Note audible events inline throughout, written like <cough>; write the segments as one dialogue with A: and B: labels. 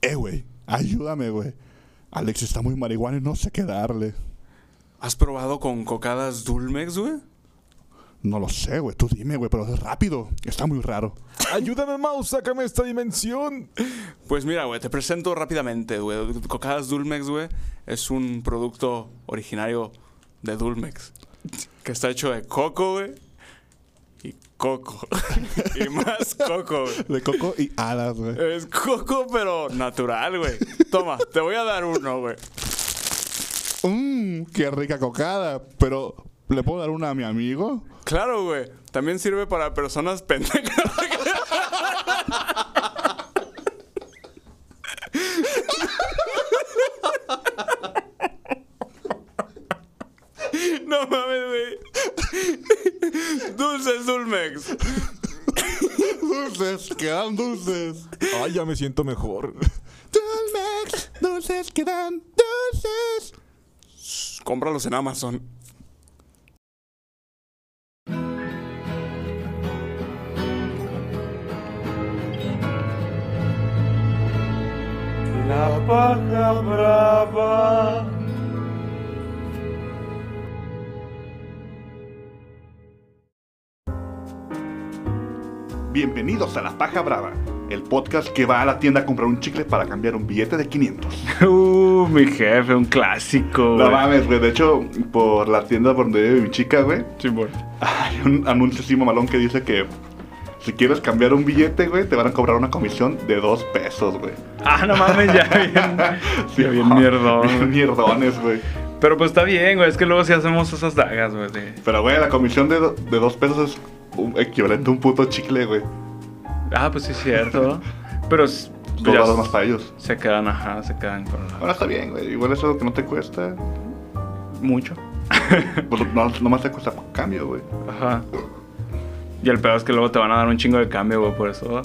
A: eh, güey, ayúdame, güey. Alex está muy marihuana y no sé qué darle.
B: ¿Has probado con cocadas Dulmex, güey?
A: No lo sé, güey. Tú dime, güey, pero es rápido. Está muy raro.
C: Ayúdame, Mouse, sácame esta dimensión.
B: Pues mira, güey, te presento rápidamente, güey. Cocadas Dulmex, güey, es un producto originario de Dulmex. Que está hecho de coco, güey. Y coco. <laughs> y más coco, güey.
A: De coco y hadas, güey.
B: Es coco, pero natural, güey. Toma, te voy a dar uno, güey.
A: Mmm, qué rica cocada. Pero, ¿le puedo dar una a mi amigo?
B: Claro, güey. También sirve para personas pendejas. No mames, güey. Dulces Dulmex.
A: Dulces, quedan dulces.
C: Ay, ya me siento mejor.
A: Dulmex, dulces, quedan dulces.
B: Cómpralos en Amazon.
D: La paja brava.
A: Bienvenidos a La Paja Brava, el podcast que va a la tienda a comprar un chicle para cambiar un billete de 500.
D: Uh, mi jefe, un clásico.
A: No
D: güey.
A: mames, güey. De hecho, por la tienda por donde vive mi chica, güey,
D: Simón.
A: hay un anuncio así mamalón que dice que si quieres cambiar un billete, güey, te van a cobrar una comisión de dos pesos, güey.
D: Ah, no mames, ya bien.
A: <laughs> Sí,
D: ya bien
A: no, <laughs>
D: mierdón.
A: Bien
D: güey.
A: mierdones, güey.
D: Pero pues está bien, güey. Es que luego sí hacemos esas dagas, güey. de-
A: Pero, güey, la comisión de, do- de dos pesos es un equivalente a un puto chicle, güey.
D: Ah, pues sí, es
A: <laughs>
D: cierto. Pero. s- pues
A: Dos
D: ya
A: baros más para ellos.
D: Se quedan, ajá, se quedan con la-
A: Bueno, está bien, güey. Igual eso que no te cuesta.
D: <laughs> mucho.
A: Pues no, nomás te cuesta cambio, güey.
D: Ajá. Y el peor es que luego te van a dar un chingo de cambio, güey, por eso.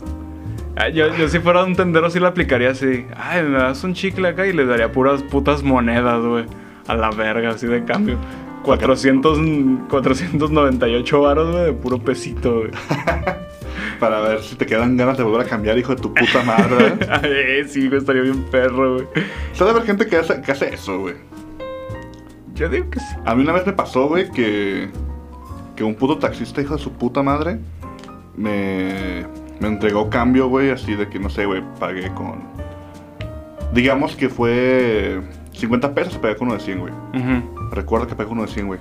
D: Ah, Yo, yo si fuera un tendero sí lo aplicaría así. Ay, me das un chicle acá y les daría puras putas monedas, güey. A la verga, así de cambio. 400, 498 varos, güey, de puro pesito, güey. <laughs>
A: Para ver si te quedan ganas de volver a cambiar, hijo de tu puta madre.
D: <laughs>
A: ¿verdad?
D: Ay, eh, sí, güey, estaría bien perro, güey.
A: Sabe haber gente que hace, que hace eso, güey.
D: Yo digo que sí.
A: A mí una vez me pasó, güey, que. Que un puto taxista, hijo de su puta madre, me. Me entregó cambio, güey, así de que no sé, güey, pagué con. Digamos que fue. 50 pesos, pagué con uno de 100, güey.
D: Ujú.
A: Recuerdo que pagué con uno de 100, güey.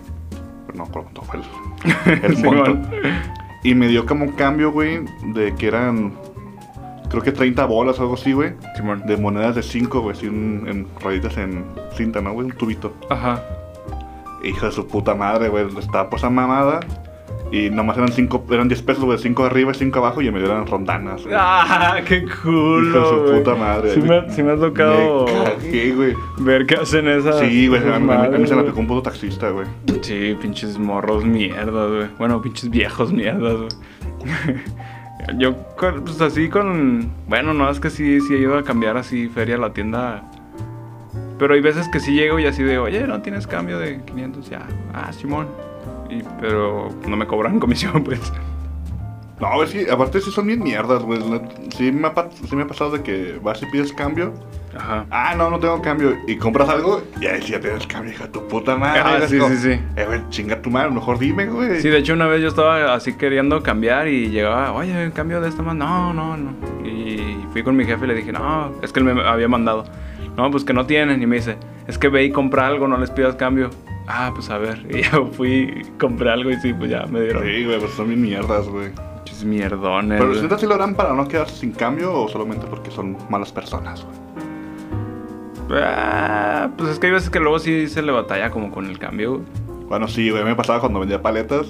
A: Pero no, recuerdo cuánto fue el, el
D: Sí,
A: monto.
D: bueno.
A: Y me dio como un cambio, güey, de que eran. Creo que 30 bolas o algo así, güey.
D: Simón.
A: De monedas de 5, güey, así en, en rollitas en cinta, ¿no, güey? Un tubito.
D: Ajá.
A: Hijo de su puta madre, güey, estaba por esa mamada. Y nomás eran 5, eran 10 pesos, güey, 5 arriba y 5 abajo y me dieron rondanas, güey.
D: Ah, qué culo.
A: Hijo de su
D: güey.
A: puta madre,
D: Sí
A: güey.
D: me, sí me ha tocado. Ah,
A: Me cagué, güey.
D: Ver qué hacen esas.
A: Sí, güey, a,
D: esas
A: mí- a mí- a mí se me
D: madres,
A: pegó un puto taxista, güey.
D: güey. Sí, pinches morros mierdas, güey. Bueno, pinches viejos mierdas, güey. <laughs> Yo, con- pues así con. Bueno, no, es que sí, sí he ido a cambiar así feria a la tienda. Pero hay veces que sí llego y así de, oye, no tienes cambio de 500, ya. Ah, Simón. Y, pero no me cobran <laughs> comisión, pues.
A: No, güey, sí, aparte sí son bien mierdas, güey. La- Sí me, ha, pa- sí me ha pasado de que vas y pides cambio.
D: Ajá.
A: Ah, no, no tengo cambio. Y compras algo y ahí sí ya tienes cambio, hija de tu puta madre.
D: Ah,
A: Eres
D: sí,
A: como,
D: sí, sí.
A: Eh, güey, chinga tu madre, mejor dime, güey.
D: Sí, de hecho una vez yo estaba así queriendo cambiar y llegaba, oye, cambio de esta más. No, no, no. Y fui con mi jefe y le dije, no, es que él me había mandado. No, pues que no tienen. Y me dice, es que ve y compra algo, no les pidas cambio. Ah, pues a ver. <laughs> Y yo fui, compré algo y sí, pues ya me dieron.
A: Sí, güey, pues son bien mierdas, güey.
D: Muchos mierdones.
A: Pero
D: güey.
A: siento si lo harán para no quedarse sin cambio o solamente porque son malas personas, güey.
D: Ah, pues es que hay veces que luego sí se le batalla como con el cambio. güey.
A: Bueno, sí, güey, me pasaba cuando vendía paletas.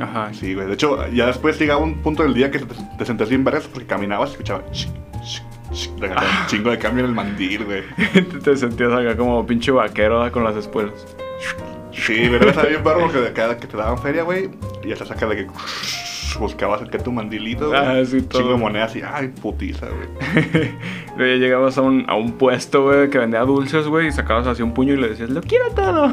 D: Ajá.
A: Sí, güey. De hecho, ya después llegaba un punto del día que te, te sentías bien vergas porque caminabas y escuchaba shh, shh, shh, te agarraba
D: Ah.
A: un chingo de cambio en el mandil, güey.
D: Te- <laughs> te sentías acá como pinche vaquero ¿verdad? con las espuelas.
A: Sí, pero estaba bien verga porque de cada que te daban feria, güey, y hasta saca de que buscabas acá tu mandilito, güey.
D: Ah, sí,
A: un
D: todo.
A: Chingo de monedas y, ay, putiza, güey.
D: <laughs> Luego ya llegabas a un, a un puesto, güey, que vendía dulces, güey, y sacabas así un puño y le decías, lo quiero todo.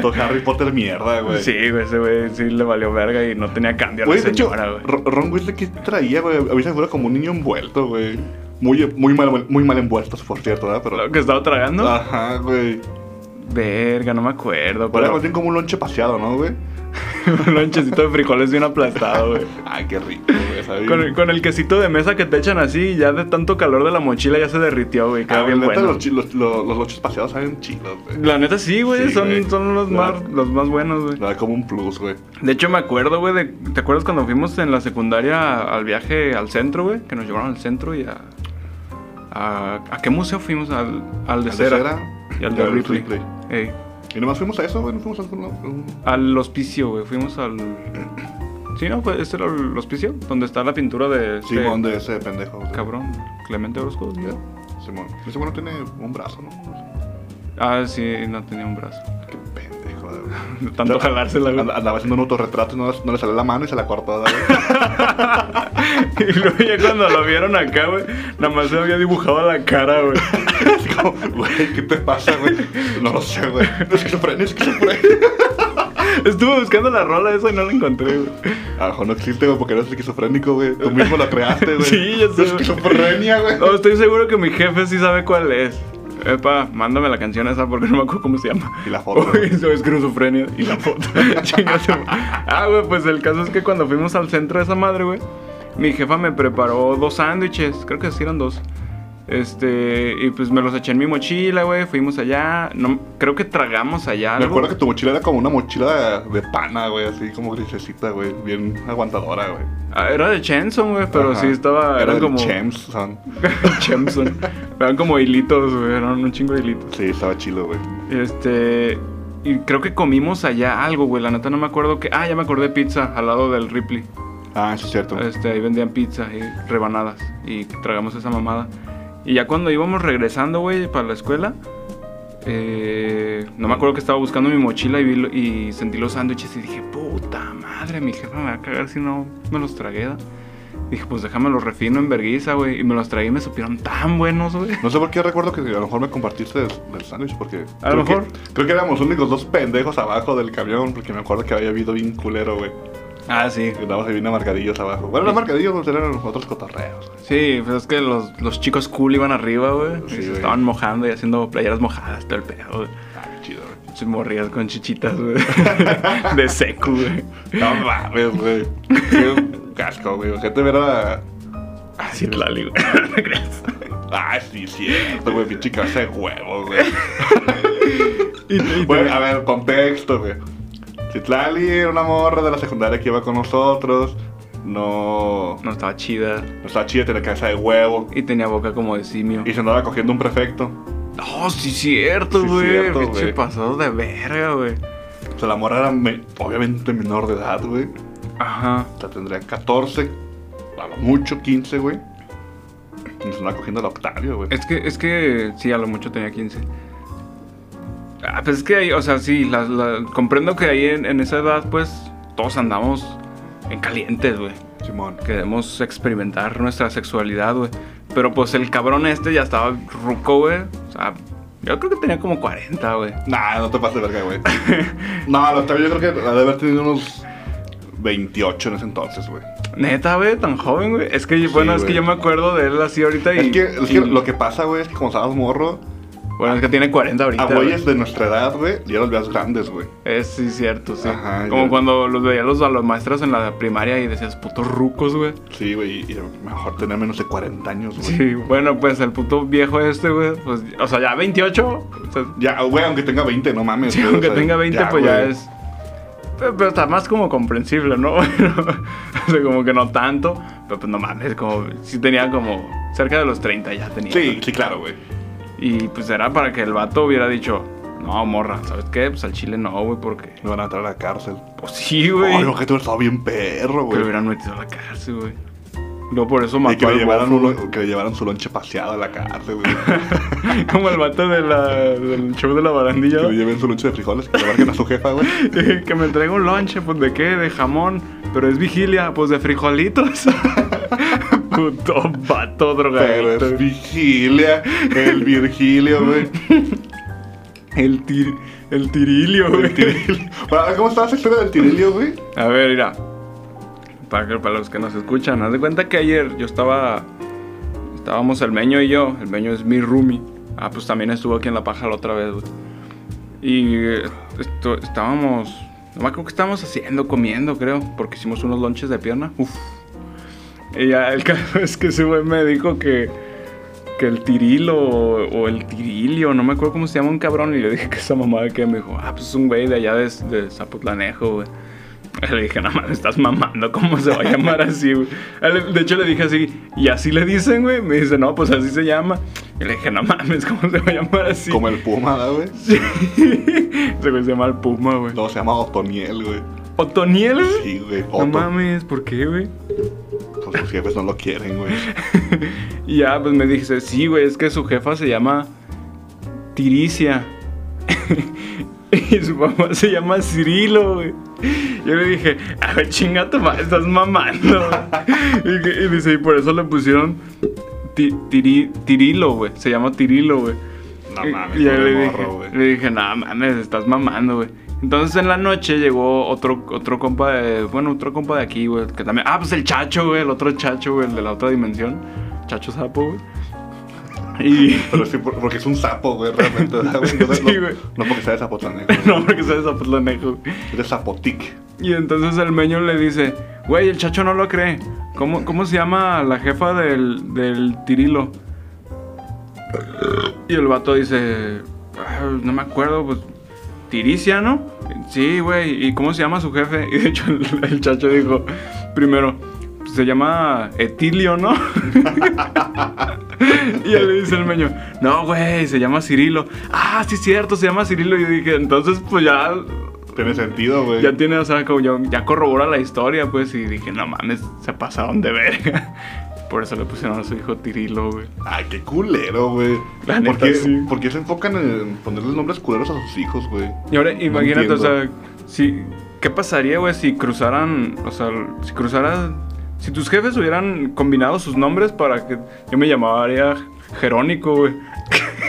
A: Puto Harry Potter mierda, <laughs> güey.
D: sí, güey, ese güey sí le valió verga y no tenía cambio a la
A: Güey, de hecho,
D: señora, güey.
A: Ro- Ron Weasley, ¿qué traía, güey? Había seguro como un niño envuelto, güey. Muy, muy, mal, muy mal envueltas, por cierto, ¿verdad? Pero,
D: Lo que estaba tragando.
A: Ajá, güey.
D: Verga, no me acuerdo.
A: Ahora
D: Pero
A: tienen como un lonche paseado, ¿no, güey?
D: <laughs> un lonchecito de frijoles bien aplastado, güey.
A: Ay, qué rico, güey. sabe
D: Con,
A: bien.
D: el- con el quesito de mesa que te echan así, ya de tanto calor de la mochila ya se derritió, güey. Queda
A: Ah,
D: bien
A: la neta,
D: bueno.
A: los, chi- los, los, los lonches paseados saben chidos, güey.
D: La neta sí, güey.
A: Sí,
D: son,
A: güey.
D: son los,
A: La-
D: más, los más buenos, güey.
A: Le da como un plus, güey.
D: De hecho, me acuerdo, güey, de- ¿te acuerdas cuando fuimos en la secundaria al viaje al centro, güey? Que nos llevaron al centro y a... ¿A, ¿a qué museo fuimos? Al, al de
A: Al de
D: Cera.
A: Cera
D: Y al de Ripley.
A: Ripley.
D: Ey,
A: Y nomás fuimos a eso, güey. No fuimos a algún lado. Mm.
D: al hospicio, güey. Fuimos al... Sí, ¿no? Pues, ¿Este era el hospicio? Donde está la pintura de... este
A: Simón de ese pendejo. güey.
D: Cabrón. Clemente Orozco. ¿sí?
A: ¿Qué? Simón. Ese güey no tiene un brazo, ¿no?
D: Ah, sí, no tenía un brazo. <laughs>
A: Qué pendejo, güey.
D: De tanto
A: Andaba-
D: jalársela, güey.
A: and- Andaba haciendo un autorretrato y no, le- no le salió la mano y se la cortó. güey.
D: <laughs> y luego ya cuando lo vieron acá, güey, nada más se había dibujado la cara, <laughs> güey.
A: Es como, güey, ¿qué te pasa, güey? No lo sé, güey. Esquizofrenia, esquizofrenia.
D: Estuve buscando la rola esa y no la encontré, güey.
A: A lo mejor no existe, güey, porque eres esquizofrénico, güey. Tú mismo lo creaste, güey.
D: Sí, ya sé, güey.
A: Esquizofrenia, güey.
D: No, estoy seguro que mi jefe sí sabe cuál es. Epa, mándame la canción esa porque no me acuerdo cómo se llama.
A: Y la foto,
D: Uy,
A: güey.
D: eso es esquizofrenia. Y
A: <laughs>
D: la foto. Chingate, güey. ah, güey, pues el caso es que cuando fuimos al centro de esa madre, güey, mi jefa me preparó dos sándwiches. Creo que sí eran dos. Este, y pues me los eché en mi mochila, güey. Fuimos allá. No, creo que tragamos allá.
A: Me
D: algo.
A: acuerdo que tu mochila era como una mochila de pana, güey, así como grisecita, güey, bien aguantadora, güey.
D: Ah, Era de Chenson, güey, pero
A: Ajá.
D: sí estaba.
A: Era
D: eran
A: de
D: como. <laughs>
A: Chems, son.
D: Chemson. Eran como hilitos, güey. Eran un chingo de hilitos.
A: Sí, estaba chilo, güey.
D: Este. Y creo que comimos allá algo, güey. La neta no me acuerdo que. Ah, ya me acordé pizza al lado del Ripley.
A: Ah, sí, es cierto.
D: Este, ahí vendían pizza y rebanadas. Y tragamos esa mamada. Y ya cuando íbamos regresando, güey, para la escuela. eh, no me acuerdo que estaba buscando mi mochila y, vi lo- y sentí los sándwiches y dije, puta madre, mi jefa me va a cagar si no me los tragué. da". Dije, pues déjame los refino en verguiza, güey. Y me los tragué y me supieron tan buenos, güey.
A: No sé por qué recuerdo que a lo mejor me compartiste del, del sándwich, porque...
D: A lo
A: creo que-
D: mejor.
A: creo que éramos únicos dos pendejos abajo del camión, porque me acuerdo que había habido bien culero, güey.
D: Ah, sí.
A: Que Estábamos ahí bien amargadillos abajo. Bueno, no amargadillos, pero eran otros cotorreos, güey.
D: Sí, pues es que los, los chicos cool iban arriba, güey.
A: Sí,
D: y se
A: güey.
D: estaban mojando y haciendo playeras mojadas, todo el pedo, güey.
A: Ah, qué chido, güey.
D: Se morrías con chichitas, güey. <laughs> De seco, güey.
A: No mames, güey. Qué casco, güey. Gente ver a...
D: Así Tlali, güey. No te creas.
A: Ah, sí, cierto, güey. Pinche casa de huevos, güey.
D: Y- y-
A: Bueno, a ver, contexto, güey. Citlali era una morra de la secundaria que iba con nosotros. No.
D: No estaba chida.
A: No estaba chida, tenía cabeza de huevo.
D: Y tenía boca como de simio.
A: Y se andaba cogiendo un prefecto.
D: No, sí, cierto,
A: Sí,
D: güey.
A: cierto,
D: Pinche
A: güey.
D: pasado de verga, güey.
A: O sea, la morra era me- obviamente menor de edad, güey.
D: Ajá.
A: O sea, tendría 14, a lo mucho 15, güey. Y se andaba cogiendo la Octavio, güey.
D: Es que, es que, sí, a lo mucho tenía 15. Ah, pues es que ahí, o sea, sí, la- la- comprendo que ahí en, en esa edad, pues, todos andamos en calientes, güey.
A: Simón.
D: Queremos experimentar nuestra sexualidad, güey. Pero pues el cabrón este ya estaba ruco, güey. O sea, yo creo que tenía como 40, güey.
A: Nah, no te pases de verga, güey. no, la Octavio yo creo que ha de haber tenido unos 28 en ese entonces, güey.
D: Neta, güey, tan joven, güey. Es que, bueno, es que
A: güey.
D: yo me acuerdo de él así ahorita y...
A: Es que, es
D: y-
A: que lo que pasa, güey, es que como estabas morro,
D: Bueno, es que tiene 40 ahorita.
A: A
D: güey.
A: güeyes de nuestra edad, güey, ya los veas grandes, güey.
D: Es sí, cierto, sí.
A: Ajá,
D: Como
A: ya.
D: cuando los veías los, a los maestros en la primaria y decías, putos rucos, güey.
A: Sí, güey, y mejor tener menos de 40 años, güey.
D: Sí, bueno, pues el puto viejo este, güey, pues, o sea, ya 28, o sea,
A: Ya, güey, aunque tenga 20, no mames.
D: sí,
A: güey, o
D: aunque
A: sea,
D: tenga 20, pues ya
A: güey.
D: es. Pero, pero está más como comprensible, ¿no? <laughs> o sea, como que no tanto, pero pues no mames, como, sí tenía como cerca de los 30 ya tenía.
A: Sí, sí, claro, güey.
D: Y pues era para que el vato hubiera dicho, no, morra, ¿sabes qué? Pues al chile no, güey, porque.
A: Me van a entrar a la cárcel.
D: Pues sí, güey.
A: Ay, que tú estado bien perro,
D: que lo
A: güey.
D: hubieran metido a la cárcel, güey. No, por eso
A: Y que
D: mató
A: le,
D: al
A: llevaran
D: bofo,
A: un-
D: güey.
A: que le llevaran su lonche paseado a la cárcel,
D: <laughs>
A: güey.
D: Como el vato de la- del show de la barandilla.
A: que le lleven su lonche de frijoles, que le marquen a su jefa, güey.
D: <laughs> que me traiga un lonche, pues de qué, de jamón, pero es vigilia, pues de frijolitos. <laughs> Puto vato
A: Pero
D: drogadito.
A: es Vigilia, el Virgilio, güey.
D: El, tir- el tirilio, güey.
A: El Tirilio. Bueno, a ver, ¿cómo estaba esa historia del Tirilio, güey?
D: <laughs> A ver, mira. Para, que- para los que nos escuchan, haz de cuenta que ayer yo estaba. Estábamos el meño y yo. El meño es mi roomie. Ah, pues también estuvo aquí en La Paja la otra vez, güey. Y eh, esto- estábamos... No me acuerdo que estábamos haciendo, comiendo, creo. Porque hicimos unos lonches de pierna. Uf. Y ya el caso <laughs> es que ese güey me dijo que... Que el tirilo o, o el tirilio, no me acuerdo cómo se llama un cabrón. Y le dije que esa mamada que me dijo, ah, pues es un güey de allá de, de Zapotlanejo, güey. <laughs> Le dije, no mames, estás mamando, ¿cómo se va a llamar así, güey? <laughs> Él- De hecho, le dije así, y así le dicen, güey. Me dice, no, pues así se llama. Y le dije, no mames, ¿cómo se va a llamar así?
A: Como el Puma, ¿verdad, güey.
D: Sí. <laughs> Ese güey se llama el Puma, güey.
A: No, se llama Otoniel, güey.
D: ¿Otoniel? güey?
A: Sí, güey.
D: No
A: Otto.
D: mames, ¿por qué, güey?
A: Pues sus jefes no lo quieren,
D: <laughs>
A: güey.
D: Y ya, pues me dice, sí, güey, es que su jefa se llama Tiricia. <laughs> y su papá se llama Cirilo, güey. Yo le dije, a ver, chinga tu madre, estás mamando. güey". <laughs> y, que- y dice, y por eso le pusieron ti- tiri- Tirilo, güey. Se llama Tirilo, güey.
A: No
D: Y-
A: mames,
D: y ya
A: pobre
D: le dije,
A: morro, güey.
D: le dije, no mames, estás mamando, güey. Entonces en la noche llegó otro, otro compa de, bueno, otro compa de aquí, güey, que también, ah, pues el Chacho, güey, el otro Chacho, güey, el de la otra dimensión, Chacho Sapo, güey. Y, <laughs>
A: Pero sí, por- porque es un sapo, güey, realmente. ¿verdad, güey? No,
D: Sí,
A: no-
D: güey.
A: no porque sea de Zapotanejo.
D: no, porque sabes, pues lo nejo.
A: Es de Zapotic.
D: Y entonces el meño le dice, güey, el Chacho no lo cree. ¿Cómo, cómo se llama la jefa del, del Tirilo? Y el vato dice, "Ah, no me acuerdo, pues, Tiricia, ¿no? Sí, güey, ¿y cómo se llama su jefe? <laughs> Y de hecho el, el chacho dijo, primero, "Pues, se llama Etilio, ¿no? <laughs> y él le dice el meño, no, güey, se llama Cirilo. Ah, sí, cierto, se llama Cirilo. Y yo dije, entonces, pues ya...
A: Tiene sentido, güey.
D: Ya tiene, o sea, como yo- ya corrobora la historia, pues, y dije, no mames, se pasaron de verga. <laughs> Por eso le pusieron a su hijo Tirilo, güey.
A: Ay, qué culero, güey.
D: La
A: ¿Por,
D: neta,
A: qué,
D: sí.
A: por qué se enfocan en ponerles nombres culeros a sus hijos, güey?
D: Y ahora imagínate,
A: entiendo.
D: o sea, si, ¿qué pasaría, güey, si cruzaran, o sea, si cruzaras, si tus jefes hubieran combinado sus nombres para que yo me llamaría Jerónico, güey?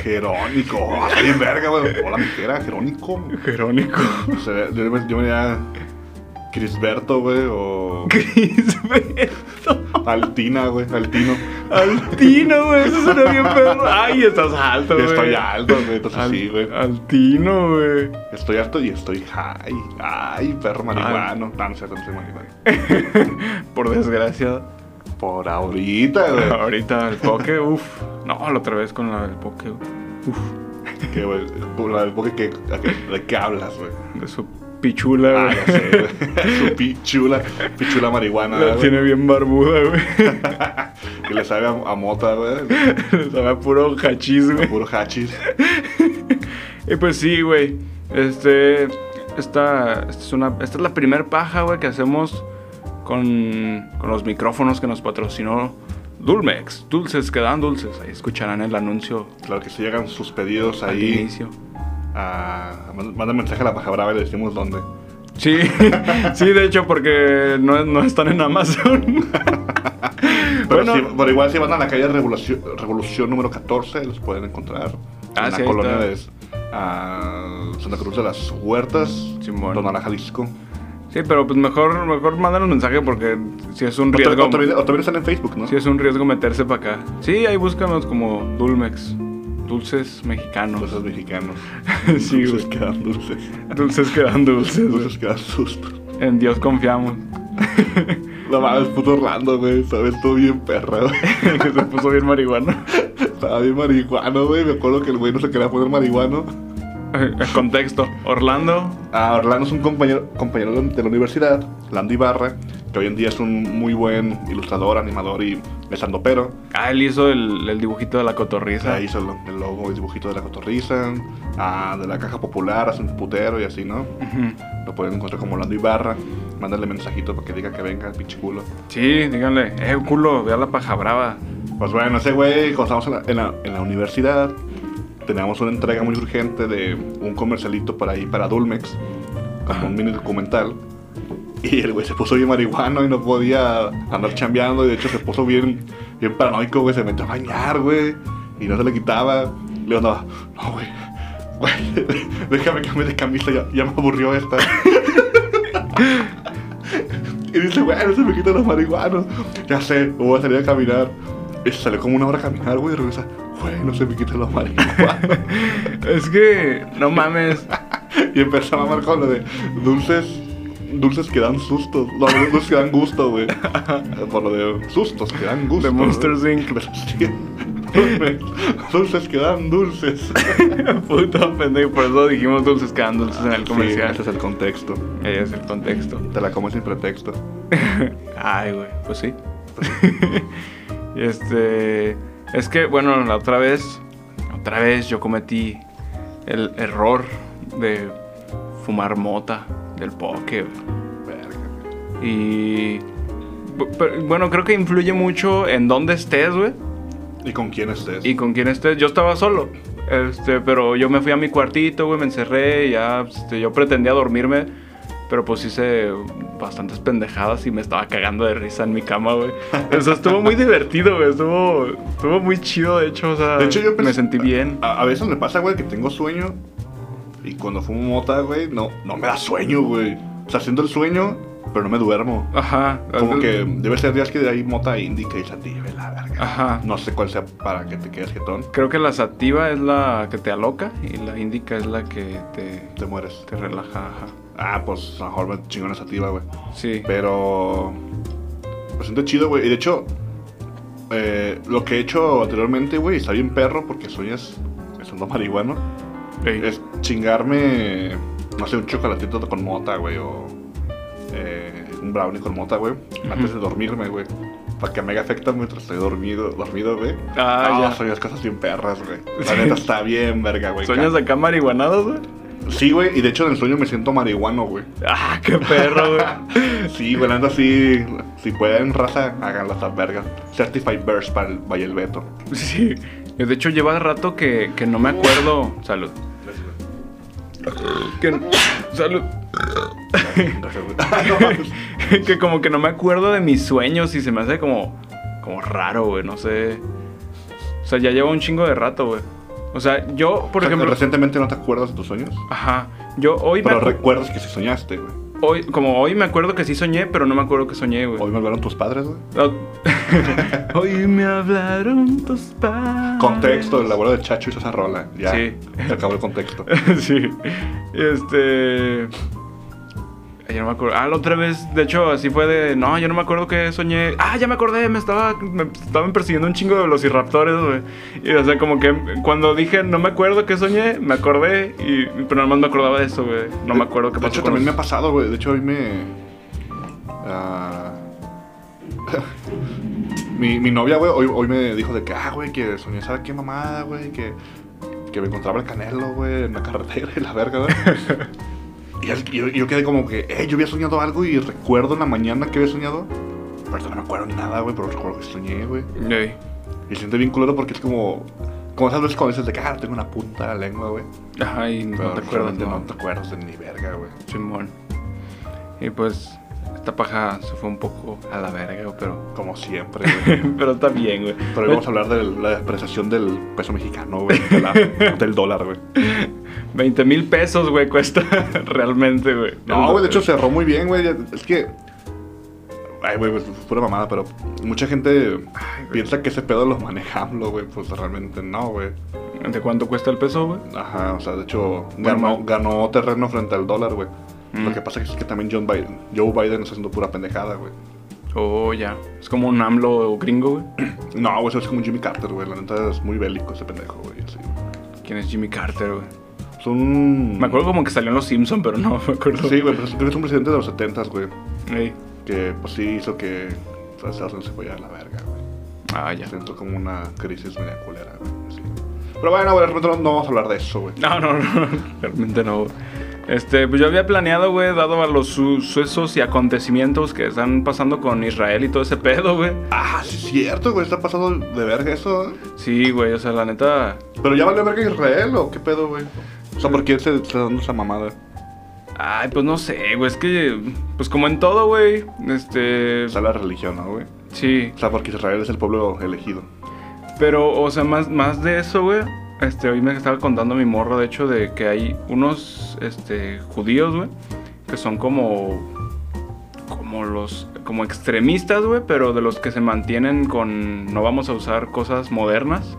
A: Jerónico. Ah, Está bien verga, güey. Hola, mi que era Jerónico.
D: Jerónico. <laughs>
A: O sea, yo, me- yo me diría Crisberto, güey, o
D: Crisberto.
A: Altina, güey, Altino.
D: Altino, güey, eso suena bien perro. Ay, estás alto, güey.
A: Estoy alto, güey, entonces
D: Al-
A: sí, güey.
D: Altino, güey.
A: Estoy alto y estoy high. Ay, perro marihuano. No, no, sé, no soy marihuano.
D: <laughs> Por desgracia,
A: Por ahorita, güey.
D: ahorita el poke,
A: <laughs>
D: uff. No, la otra vez con la del poke, uff.
A: Que, güey, por la- porque que- a que- ¿De qué hablas, güey?
D: De su pichula,
A: Ah,
D: güey.
A: ya sé, güey. Su pichula, pichula marihuana,
D: <laughs> La
A: güey.
D: tiene bien barbuda, güey. <laughs>
A: Que le sabe a, a mota, güey.
D: Le Sabe a puro hachís, güey.
A: Puro hachis.
D: Y pues sí, güey. Este. Esta, esta es una, esta es la primer paja, güey, que hacemos con, con los micrófonos que nos patrocinó Dulmex. Dulces que dan dulces. Ahí escucharán el anuncio
A: Claro que si llegan sus pedidos
D: al
A: ahí,
D: inicio.
A: a, manda mensaje a la paja brava y le decimos dónde.
D: Sí, <laughs> sí, de hecho, porque no, no están en Amazon.
A: Pero,
D: Bueno.
A: si- pero igual si van a la calle Revolución, Revolución número 14, los pueden encontrar en
D: Ah, sí,
A: la
D: ahí
A: colonia
D: está.
A: de ah, Santa Cruz de las Huertas,
D: Simón.
A: Donala, Jalisco.
D: Sí, pero pues mejor, mejor mandan un mensaje porque si es un
A: O, ta-
D: riesgo.
A: o también, o también están en Facebook, ¿no?
D: Si es un riesgo meterse para acá. Sí, ahí búscanos como Dulmex. Dulces mexicanos. <laughs>
A: Dulces mexicanos.
D: Sí,
A: dulces
D: güey.
A: que dan dulces.
D: Dulces que dan dulces. güey.
A: Dulces que dan sustos.
D: En Dios confiamos.
A: No mames, puto Orlando, güey. Sabes, todo bien perra, güey.
D: que <laughs> se puso bien marihuana.
A: Estaba bien marihuano, güey. Me acuerdo que el güey no se quería poner marihuano.
D: <laughs> Contexto. Orlando.
A: A Orlando es un compañero, compañero de de la universidad, Lando Ibarra, que hoy en día es un muy buen ilustrador, animador y estandopero.
D: Ah, él hizo el, el dibujito de la cotorriza.
A: Ahí hizo el, el logo, el dibujito de la cotorriza, ah, de la caja popular, hace un putero y así, ¿no?
D: Ujú.
A: Lo pueden encontrar como Lando Ibarra. Mándale mensajito para que diga que venga, pinche culo.
D: Sí, díganle. Eh, culo, ve a la paja <laughs> brava.
A: Pues bueno, ese güey, cuando estábamos en la, en la- en la universidad, teníamos una entrega muy urgente de un comercialito por ahí para Dulmex, como un mini documental. Y el güey se puso bien marihuano y no podía andar chambeando. Y de hecho se puso bien, bien paranoico, güey. Se metió a bañar, güey. Y no se le quitaba. Le andaba, no, güey. güey, <laughs> déjame cambiar de camisa, ya, ya me aburrió esta. Y dice, bueno, se me quitan los marihuanos. Ya sé, me voy a salir a caminar. eh, salió como una hora a caminar, güey, y regresa. Güey, no se me quita la marihuana.
D: Es que, no mames.
A: <laughs> y empezó a mamar con lo de dulces. Dulces que dan sustos. No, dulces que dan gusto,
D: <laughs>
A: güey. Por lo de sustos que dan gusto.
D: De Monsters,
A: güey.
D: Inc.
A: <laughs> Sí. Dulces, dulces que dan dulces.
D: <laughs> Puto pendejo, por eso dijimos dulces que dan dulces en el comercial.
A: Sí, ese es el contexto.
D: Ahí es el contexto.
A: Te la comes sin pretexto.
D: Ay, güey, pues sí. <laughs> este. Es que, bueno, la otra vez. Otra vez yo cometí el error de fumar mota del poke, güey. Y. bu- pero, bueno, creo que influye mucho en dónde estés, güey.
A: ¿Y con quién estés?
D: ¿Y con quién estés? Yo estaba solo. Este, pero yo me fui a mi cuartito, güey, me encerré y ya, este, yo pretendía dormirme, pero pues hice bastantes pendejadas y me estaba cagando de risa en mi
A: <laughs>
D: cama, güey. O sea, estuvo muy divertido, güey, estuvo, estuvo muy chido, de hecho, o sea,
A: De hecho, yo
D: Ah, me
A: pens-
D: sentí bien.
A: A, a veces me pasa, güey, que tengo sueño. Y cuando fumo mota, güey, no, no me da sueño, güey. O sea, siento el sueño, pero no me duermo.
D: Ajá.
A: Como que debe ser días que hay mota indica y sativa, la verga.
D: Ajá.
A: No sé cuál sea para que te quedes jetón.
D: Creo que la sativa es la que te aloca y la índica es la que te,
A: Te mueres.
D: te relaja, ajá.
A: Ah, pues a lo mejor me chingona sativa, güey.
D: Sí.
A: Pero. Pues siento chido, güey. Y de hecho, eh, lo que he hecho anteriormente, güey, está bien perro porque sueñas. Es un <laughs> marihuano.
D: Ey.
A: es chingarme, no sé, un chocolatito con mota, güey, o eh, un brownie con mota, güey, antes de dormirme, güey. Para que me haga efecto mientras estoy dormido, dormido, güey.
D: Ah, ya.
A: Soy las cosas bien perras, güey. La neta está bien, verga, güey.
D: ¿Sueñas acá marihuanados, güey?
A: Sí, güey, y de hecho en el sueño me siento marihuano, güey.
D: Ah, qué
A: <laughs>
D: perro, güey.
A: Sí, güey, ando así. Si pueden, raza, háganlo hasta verga. Certified Burst para el Valle del Beto. <laughs>
D: Sí. Yo, De hecho, lleva rato que, que no me acuerdo. Salud. Que, salud.
A: Gracias, güey. No mames.
D: <laughs> que como que no me acuerdo de mis sueños y se me hace como, como raro, güey. No sé. O sea, ya lleva un chingo de rato, güey. O sea, yo, <laughs> por
A: O sea,
D: ejemplo.
A: Recientemente no te acuerdas de tus sueños,
D: Ajá. Yo hoy me,
A: pero
D: acu-
A: recuerdas que sí soñaste, güey.
D: hoy, como hoy me acuerdo que sí soñé, pero no me acuerdo que soñé, güey.
A: Hoy me hablaron tus padres, güey.
D: Ah, <laughs> hoy me hablaron tus padres.
A: Contexto, el abuelo de Chacho hizo esa rola. Ya.
D: Sí.
A: Se acabó el
D: <laughs>
A: contexto.
D: sí. Este. ay, Yo no me acuerdo. Ah, la otra vez, de hecho, así fue de. No, yo no me acuerdo que soñé. Ah, ya me acordé, me estaba. Me estaban persiguiendo un chingo de velociraptores, güey. Y o sea, como que cuando dije no me acuerdo que soñé, me acordé. Y, pero nada más me acordaba de eso, güey. No me acuerdo qué
A: De
D: pasó.
A: hecho,
D: con
A: también me ha
D: los-
A: pasado, güey. De hecho, hoy me. ah, <laughs> mi, mi novia, güey, hoy, hoy me dijo de que, ah, güey, que soñé, ¿sabes qué mamada, güey? Que, que me encontraba el canelo, güey, en la carretera y la verga,
D: <laughs>
A: güey. Y es- y yo, y yo quedé como que, eh, yo había soñado algo y recuerdo en la mañana que había soñado. Pero no me acuerdo ni nada, güey, pero recuerdo que soñé, güey.
D: Ey.
A: Y se siente bien culero porque es como. Como esas veces cuando dices de que ah, tengo una punta en la lengua, güey.
D: Ajá, y no
A: Pero
D: te acuerdas,
A: realmente
D: no.
A: no te acuerdas de ni verga, güey.
D: Simón. Y pues, esta paja se fue un poco a la verga, güey, pero. <laughs>
A: Como siempre, güey. <laughs>
D: pero está bien, güey.
A: Pero hoy vamos a hablar de la depreciación del peso mexicano, güey. de <laughs> la- del dólar, güey.
D: 20 mil pesos, güey, <laughs> cuesta realmente, güey.
A: No, güey, de hecho cerró muy bien, güey. Es que. Ay, güey, pues pura mamada, pero mucha gente piensa que ese pedo los maneja AMLO, güey. Pues realmente no, güey.
D: ¿De cuánto cuesta el peso, güey?
A: Ajá, o sea, de hecho, ganó,
D: Bueno, mal.
A: ganó terreno frente al dólar, güey. Lo que pasa es que también John Biden, Joe Biden está haciendo pura pendejada, güey.
D: Oh, ya. Es como un AMLO gringo, güey. <clears throat>
A: No, güey, eso es como un Jimmy Carter, güey. La neta es muy bélico ese pendejo, güey. así, güey.
D: ¿Quién es Jimmy Carter, güey?
A: Es un.
D: Me acuerdo como que salió en Los Simpsons, pero no <laughs> me acuerdo.
A: Sí, güey, pero es, creo que es un presidente de los 70 güey.
D: Ey. que
A: Que pues sí hizo que Estados Unidos se fuera a la verga, güey.
D: Ah, ya.
A: Siento como una crisis media culera, güey. así. Pero bueno, güey, realmente no, no vamos a hablar de eso, güey.
D: No, no, no. <laughs> Realmente no, güey. Este, pues yo había planeado, güey, dado a los su- sucesos y acontecimientos que están pasando con Israel y todo ese pedo, güey.
A: Ah, sí, es cierto, güey. Está pasando de verga eso. ¿eh?
D: Sí, güey, o sea, la neta.
A: Pero ya valió verga Israel o qué pedo, güey. O sea, ¿por qué se está dando esa mamada?
D: Ay, pues no sé, güey, es que. Pues como en todo, güey. Este.
A: Está la religión, ¿no, güey?
D: Sí.
A: O sea, porque Israel es el pueblo elegido.
D: Pero, o sea, más, más de eso, güey. Este, hoy me estaba contando mi morro, de hecho, de que hay unos este, judíos, güey, que son como. Como como los como extremistas, güey, pero de los que se mantienen con no vamos a usar cosas modernas.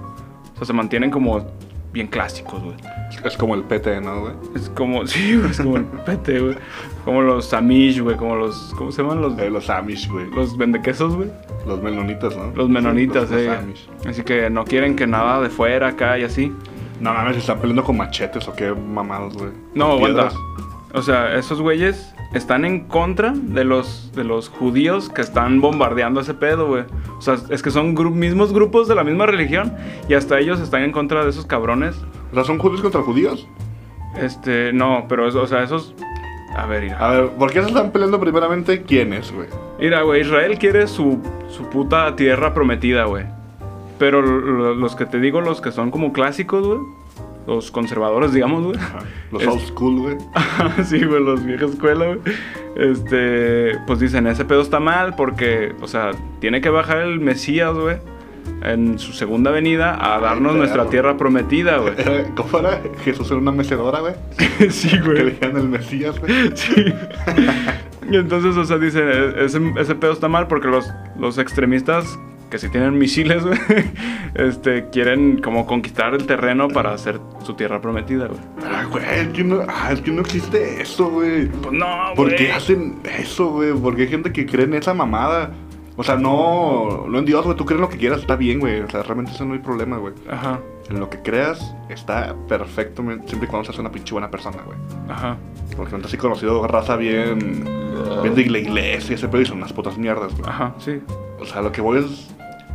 D: O sea, se mantienen como bien clásicos, güey.
A: Es como el PT, ¿no, güey?
D: Es como, <laughs> sí, güey, es como el pete, güey. Como los Amish, güey, como los ¿cómo se llaman los
A: Eh, los Amish, güey. Los,
D: los vendequesos, güey?
A: melonitas, ¿no?
D: Los
A: Los-
D: menonitas,
A: los
D: eh.
A: Amish.
D: Así que no quieren que nada de fuera acá y así.
A: No mames, se están peleando con machetes o qué mamados, güey.
D: No,
A: Con
D: aguanta.
A: piedras.
D: O sea, esos güeyes están en contra de los, de los judíos que están bombardeando ese pedo, güey. O sea, es que son gru- mismos grupos de la misma religión y hasta ellos están en contra de esos cabrones.
A: O sea, son judíos contra judíos.
D: Este, no, pero, es- o sea, esos... A ver, mira.
A: A ver, ¿por qué se están peleando primeramente quiénes, güey?
D: Mira, güey, Israel quiere su, su puta tierra prometida, güey. Pero lo- los que te digo, los que son como clásicos, güey. Los conservadores, digamos, güey.
A: Los
D: Es-
A: old school,
D: <laughs>
A: güey.
D: sí, güey, los vieja escuela, güey. Este, pues dicen, ese pedo está mal porque, o sea, tiene que bajar el Mesías, güey, en su segunda venida a darnos
A: claro.
D: nuestra tierra prometida, <laughs> güey.
A: Era- ¿Cómo era? Jesús era una mecedora, güey.
D: sí,
A: Que le
D: güey.
A: dijeron el Mesías, güey.
D: Sí. Y entonces, o sea, dicen, "E- ese, ese pedo está mal porque los, los extremistas que si tienen misiles, güey, <laughs> este, quieren como conquistar el terreno para hacer su tierra prometida, güey.
A: Ah, güey, es que no, ah, es que no existe eso, güey.
D: Pues no, güey.
A: ¿Por qué hacen eso, güey? Porque hay gente que cree en esa mamada. O sea, no, no en Dios, güey. Tú crees en lo que quieras, está bien, güey. O sea, realmente eso no hay problema, güey.
D: Ajá,
A: En lo que creas está perfectamente, siempre y cuando seas una pinche buena persona, güey.
D: ajá.
A: Porque antes sí he conocido raza bien, bien de la iglesia, ese pedo, y son unas putas mierdas, güey.
D: Ajá, sí.
A: O sea, lo que voy es.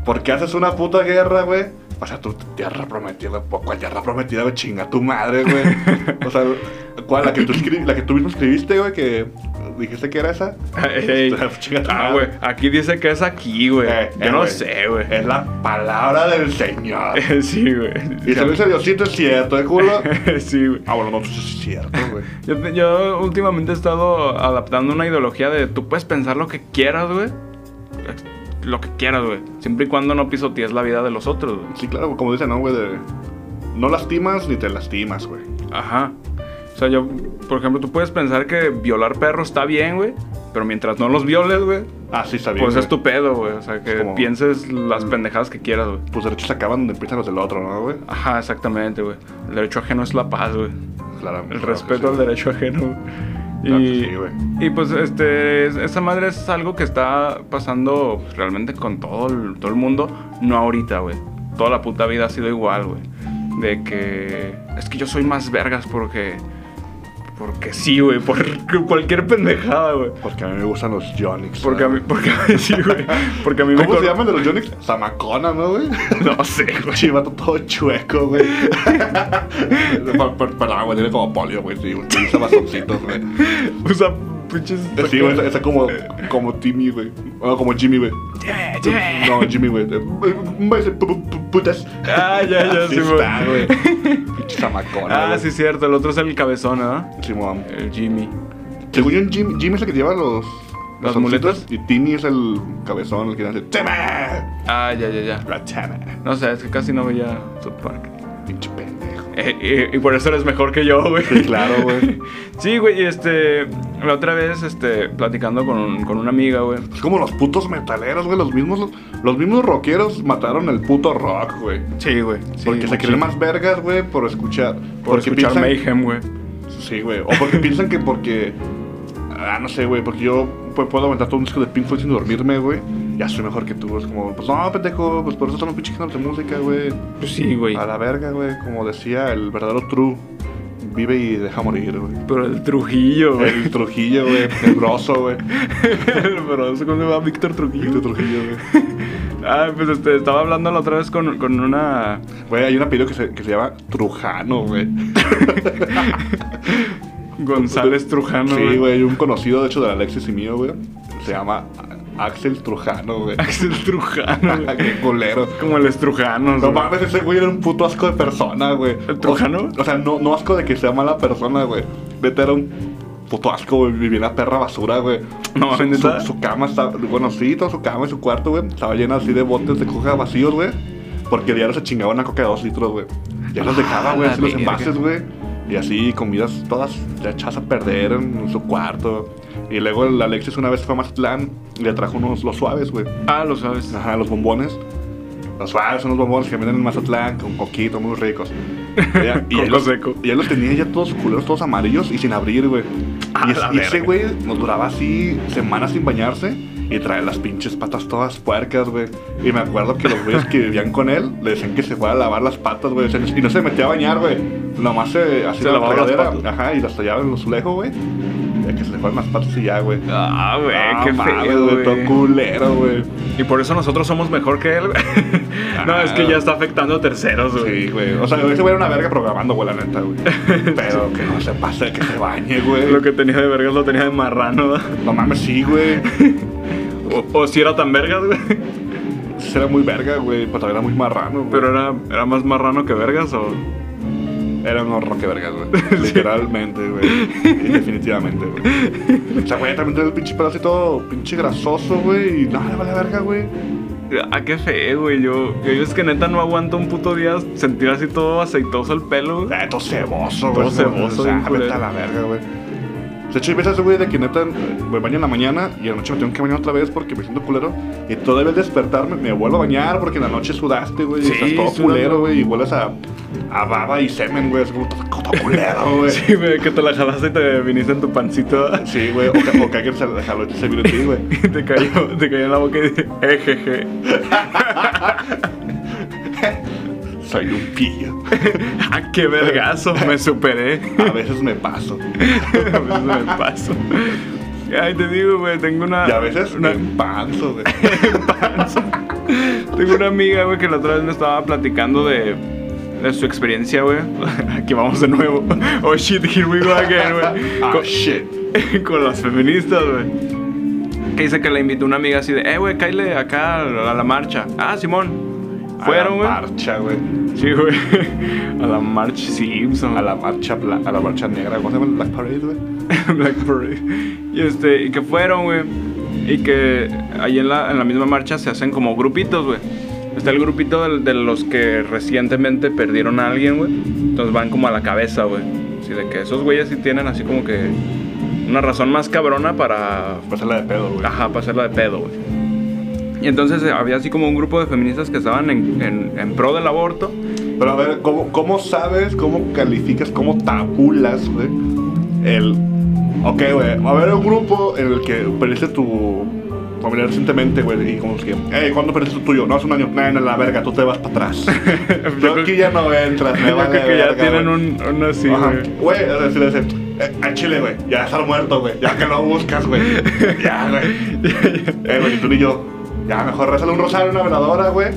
A: ¿Por qué haces una puta guerra, güey? O sea, tu tierra prometida, po- ¿cuál tierra prometida, güey? Chinga tu madre, güey. O sea, ¿cuál? La que tú, escri- la que tú mismo escribiste, güey, que dijiste que era esa. Este,
D: Ey.
A: <laughs> Chinga tu
D: Ah,
A: madre.
D: güey, aquí dice que es aquí, güey.
A: Eh, eh,
D: Yo no
A: güey.
D: sé, güey.
A: Es la palabra del
D: <laughs>
A: Señor.
D: sí, güey.
A: Y se lo dice Diosito, es cierto, ¿eh, culo?
D: <laughs> sí, güey.
A: Ah, bueno, no, entonces es cierto, Ah, güey.
D: Yo, te- yo últimamente he estado adaptando una ideología de tú puedes pensar lo que quieras, güey. Ex- Lo que quieras, güey. Siempre y cuando no pisotees la vida de los otros, güey.
A: Sí, claro, como dicen, ¿no, güey? De, no lastimas ni te lastimas, güey.
D: Ajá. O sea, yo, por ejemplo, tú puedes pensar que violar perros está bien, güey. Pero mientras no los violes, güey,
A: Ah, sí, está bien.
D: pues es
A: güey.
D: tu pedo, güey. O sea, que
A: como- Mm.
D: pienses las pendejadas que quieras, güey.
A: Tus Pues derechos acaban donde empiezan los del otro, ¿no, güey?
D: Ajá, exactamente, güey. El derecho ajeno es la paz, güey.
A: Claramente.
D: El
A: claro que sí,
D: respeto al
A: güey.
D: derecho ajeno.
A: Claro que
D: Y,
A: sí, güey.
D: y pues este, es- esa madre es algo que está pasando pues, realmente con todo el, todo el mundo, no ahorita, güey. Toda la puta vida ha sido igual, güey. De que es que yo soy más vergas porque porque sí, güey, por <laughs> cualquier pendejada, güey.
A: Porque a mí me gustan los Yonix.
D: Porque a mí, porque a mí sí, güey. Porque a mí me
A: ¿Cómo
D: cor-
A: se llaman de los Yonix? Samacona, ¿no,
D: <laughs>
A: güey?
D: No sé, güey.
A: Chivato todo chueco,
D: <laughs>
A: güey. Per- per- Perdón, ah, güey, tiene como polio, güey. Sí, güey. Usa bastoncitos,
D: <laughs>
A: güey.
D: Usa pinches.
A: Sí, güey, está como, como Timmy, güey. O como Jimmy, güey. Eh,
D: Yeah, yeah.
A: No, Jimmy, güey. Me dice pu- pu- putas.
D: Ah, ya, ya,
A: Así
D: sí, güey.
A: está, güey. Pinche Samacona,
D: <laughs> Ah,
A: güey.
D: sí, cierto. El otro es el cabezón, ¿no?
A: Simón.
D: El Jimmy.
A: Según yo, Jim- Jimmy es el que lleva los.
D: ¿Las
A: los
D: muletas?
A: oncitos, Y Timmy es el cabezón, el que hace. ¡Tema!
D: Ah, ya, ya, ya.
A: La chana.
D: No sé, es que casi no veía South Park.
A: Pinche pendejo.
D: Eh, eh, y por eso eres mejor que yo, güey.
A: Sí, claro, güey.
D: <laughs> Sí, güey, y este. La otra vez, este, platicando con, un- con una amiga, güey.
A: Es como los putos metaleros, güey. Los mismos, los mismos rockeros mataron el puto rock, güey.
D: Sí, güey. sí,
A: porque se
D: machín.
A: creen más vergas, güey, por escuchar.
D: Por
A: porque
D: escuchar
A: piensan-
D: Mayhem, güey.
A: Sí, güey. O porque piensan que porque. Ah, no sé, güey. Porque yo pues, puedo aventar todo un disco de Pink Floyd sin dormirme, güey. Ya soy mejor que tú. Es como, pues no, pendejo. Pues por eso estamos pinche géneros de música, güey.
D: Pues sí, güey.
A: A la verga, güey. Como decía el verdadero True. Vive y deja morir, güey.
D: Pero el Trujillo, güey. <laughs>
A: El <laughs> Trujillo, güey. El grosso, güey.
D: Pero eso cómo se llama Víctor Trujillo.
A: Víctor Trujillo, güey.
D: Ah, pues este, estaba hablando la otra vez con, con una.
A: Güey, hay un apellido que se, que se llama Trujano, güey.
D: González Trujano,
A: Sí, güey. Un conocido, de hecho, de Alexis y mío, güey. Se llama Axel Trujano,
D: <laughs>
A: güey.
D: Axel
A: <laughs>
D: Trujano, güey.
A: Qué culero.
D: Como el Estrujano,
A: No
D: güey.
A: mames, ese güey era un puto asco de persona, güey.
D: ¿El Trujano?
A: O, o sea, no, no asco de que sea mala persona, güey. Vete era un puto asco, güey. Vivía en la perra basura, güey.
D: No
A: su,
D: mames, ¿neta?
A: su, su cama estaba. Bueno, sí, toda su cama y su cuarto, güey. Estaba llena así de botes de coca vacíos, güey. Porque diario se chingaba una coca de dos litros, güey. Ya los dejaba,
D: Ah,
A: güey,
D: la
A: así los
D: verga.
A: envases, güey. Y así comidas todas echadas a perder en su cuarto. Y luego el Alexis una vez fue a Mazatlán y le trajo unos los suaves, güey.
D: Ah, lo sabes.
A: Ajá, los bombones. Los suaves son los bombones que venden en Mazatlán con coquito, muy
D: <laughs>
A: ricos. Ya, y, él
D: Coco
A: los,
D: seco.
A: y él los tenía ya todos culeros, todos amarillos y sin abrir, güey.
D: A
A: Y, es-
D: la
A: y ese
D: verga.
A: güey nos duraba así semanas sin bañarse y trae las pinches patas todas puercas, güey. Y me acuerdo que los güeyes
D: <laughs>
A: que vivían con él le decían que se fuera a lavar las patas, güey. O sea, Y no se metía a bañar, güey. Nomás se hacía
D: Se
A: la
D: lavaba las
A: regadera,
D: patas.
A: ajá, y las tallaba en los lejos, güey. Ya que se le fueran las patas y ya, güey.
D: Ah, güey,
A: Ah,
D: qué
A: mames,
D: feo,
A: Todo
D: güey.
A: culero, güey.
D: Y por eso nosotros somos mejor que él, güey. No, es que ya está afectando a terceros, güey.
A: Ah, Sí, güey. O sea, ese güey era una verga programando, güey, la neta,
D: <laughs>
A: güey. Pero que no se pase, que se bañe, güey.
D: Lo que tenía de vergas lo tenía de marrano. ¿va?
A: No mames, sí, güey.
D: O, o si era tan vergas, güey.
A: Sí, Era muy verga, güey. Pero también era muy marrano, güey.
D: Pero era, era más marrano que vergas o.
A: Era un horror que vergas,
D: <laughs>
A: güey. Literalmente, güey. Y Definitivamente, güey. O sea, güey, también tenía el pinche pedazo y todo pinche grasoso, güey. Y no, le vale verga, güey.
D: Ah, qué feo, güey. Yo, yo, yo es que neta no aguanto un puto día sentir así todo aceitoso el pelo, güey.
A: Eh, todo ceboso, güey.
D: Todo ceboso,
A: O sea,
D: bien culero.
A: vete a la verga, güey. De hecho, hay veces, güey, de que neta me baño en la mañana y en la noche me tengo que bañar otra vez porque me siento culero. Y todavía al despertarme me vuelvo a bañar porque en la noche sudaste, güey. y
D: Sí,
A: estás todo
D: sudando.
A: culero, güey. Y hueles a, a baba y semen, güey. Es como todo todo
D: <laughs>
A: culero, Ah, güey.
D: Sí, güey, que te la jalaste y te viniste en tu pancito. ¿va?
A: Sí, güey. O, que- o que alguien se la jaló y se vino en ti, güey.
D: <laughs> Y te cayó, te cayó en la boca y dije, ejeje.
A: Soy un pillo.
D: Ah, qué vergazo,
A: <laughs>
D: me superé.
A: A veces me paso.
D: A veces me paso. Ay, te digo, güey, tengo una.
A: Y a veces
D: Una,
A: me panzo,
D: <laughs>
A: güey.
D: tengo una amiga, güey, que la otra vez me estaba platicando de. de su experiencia, güey. <laughs> Aquí vamos de nuevo. <laughs> Oh shit, here we go again, güey.
A: Ah,
D: Con-
A: shit.
D: <laughs> con las feministas, güey. Que dice que le invitó una amiga así de, eh, güey, cáile acá a la, a la marcha. Ah, Simón. Fueron,
A: A
D: güey.
A: la marcha, güey.
D: Sí, güey. <laughs> A la marcha Simpson.
A: A la marcha, bla- a la marcha negra. ¿Cómo se llama? Black Parade, güey.
D: <laughs> Black Parade. Y, este, y que fueron, güey. Y que ahí en la, en la misma marcha se hacen como grupitos, güey. Está el grupito del- de, los que recientemente perdieron a alguien, güey. Entonces van como a la cabeza, güey. Así de que esos güeyes sí tienen así como que una razón más cabrona para
A: Pásala Pues de pedo, güey.
D: Ajá, para hacerla de pedo, güey. Y entonces eh, había así como un grupo de feministas que estaban en, en- en pro del aborto.
A: Pero a ver, ¿cómo, cómo sabes, cómo calificas, cómo tabulas, güey? El. Ok, güey, va a haber un grupo en el que perdiste tu familiar recientemente, güey, y como es que, hey, ¿cuándo perdiste tu tuyo? No, hace un año. Nah, en la verga, tú te vas para atrás.
D: <laughs>
A: Yo aquí ya no entras, me
D: Yo
A: vale
D: creo que ya
A: verga,
D: tienen
A: güey.
D: un, un así,
A: Ajá.
D: güey.
A: Güey, o sea, si le dicen, "Eh, a Chile, güey, ya estar muerto, güey, ya que lo buscas,
D: <laughs>
A: güey. Ya, güey. Eh, güey, tú y yo. Ya, mejor rezale un rosario, una veladora, güey.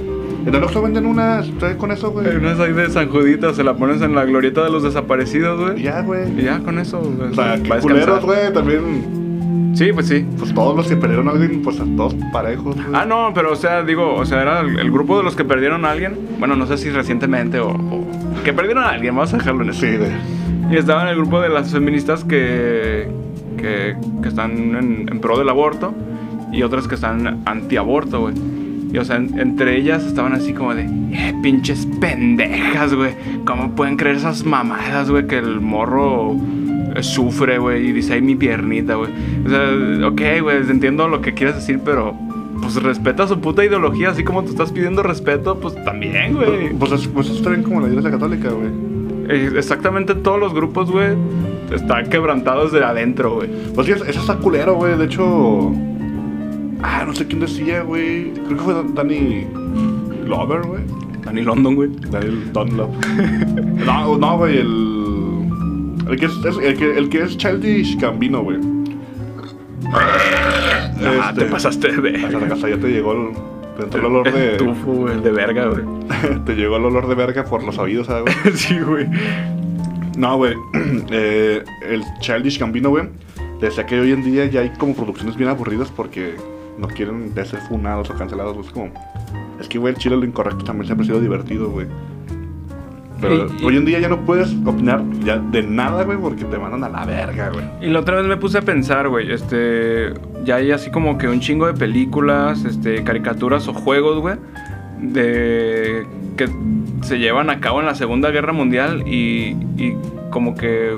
A: En el Oxxo venden unas, ¿ustedes con eso, güey?
D: Una así de San Judita, se la pones en la glorieta de los desaparecidos, güey.
A: Ya,
D: Y
A: güey.
D: ya con eso, güey.
A: O sea,
D: va a
A: que
D: descansar.
A: culeros, güey, también.
D: Sí, pues sí.
A: Pues todos los que perdieron a alguien, pues a todos parejos, güey.
D: Ah, no, pero o sea, digo, o sea, era el, el grupo de los que perdieron a alguien. Bueno, no sé si recientemente o. o- que perdieron a alguien, vamos a dejarlo en eso.
A: Sí, güey.
D: Y estaba en el grupo de las feministas que, que, que están en, en pro del aborto y otras que están antiaborto, güey. Y o sea, en- entre ellas estaban así como de, "Eh, pinches pendejas, güey. ¿Cómo pueden creer esas mamadas, güey? Que el morro eh, sufre, güey, y dice, ay, mi piernita, güey. O sea, ok, güey, entiendo lo que quieres decir, pero pues respeta su puta ideología, así como tú estás pidiendo respeto, pues también, güey.
A: Pues, es- pues eso está bien como la iglesia católica, güey.
D: Eh, Exactamente todos los grupos, güey, están quebrantados de adentro, güey.
A: Pues sí, eso eso está culero, güey. De hecho. Ah, no sé quién decía, güey. Creo que fue Dan- Danny Glover, güey.
D: Danny London, güey.
A: Daniel
D: <laughs>
A: Dunlop. No, no, güey, el. El que es, es- el que, el que es Childish Gambino, güey.
D: Ah, te pasaste
A: Este, Hasta
D: de.
A: la casa ya te llegó el. Te entró el olor de.
D: Tufo, güey, de verga, güey.
A: <laughs> te llegó el olor de verga por los oídos, ¿sabes? güey?
D: <laughs> sí, güey.
A: No, güey. <clears throat> Eh, el Childish Gambino, güey. Decía que hoy en día ya hay como producciones bien aburridas porque no quieren ya ser funados o cancelados. güey. Es como. Es que, güey, el chile lo incorrecto también siempre ha sido divertido, güey. Pero
D: Y- y-
A: hoy en día ya no puedes opinar ya de nada, güey, porque te mandan a la verga, güey.
D: Y la otra vez me puse a pensar, güey, este, ya hay así como que un chingo de películas, este, caricaturas o juegos, güey, de que se llevan a cabo en la Segunda Guerra Mundial y, y como que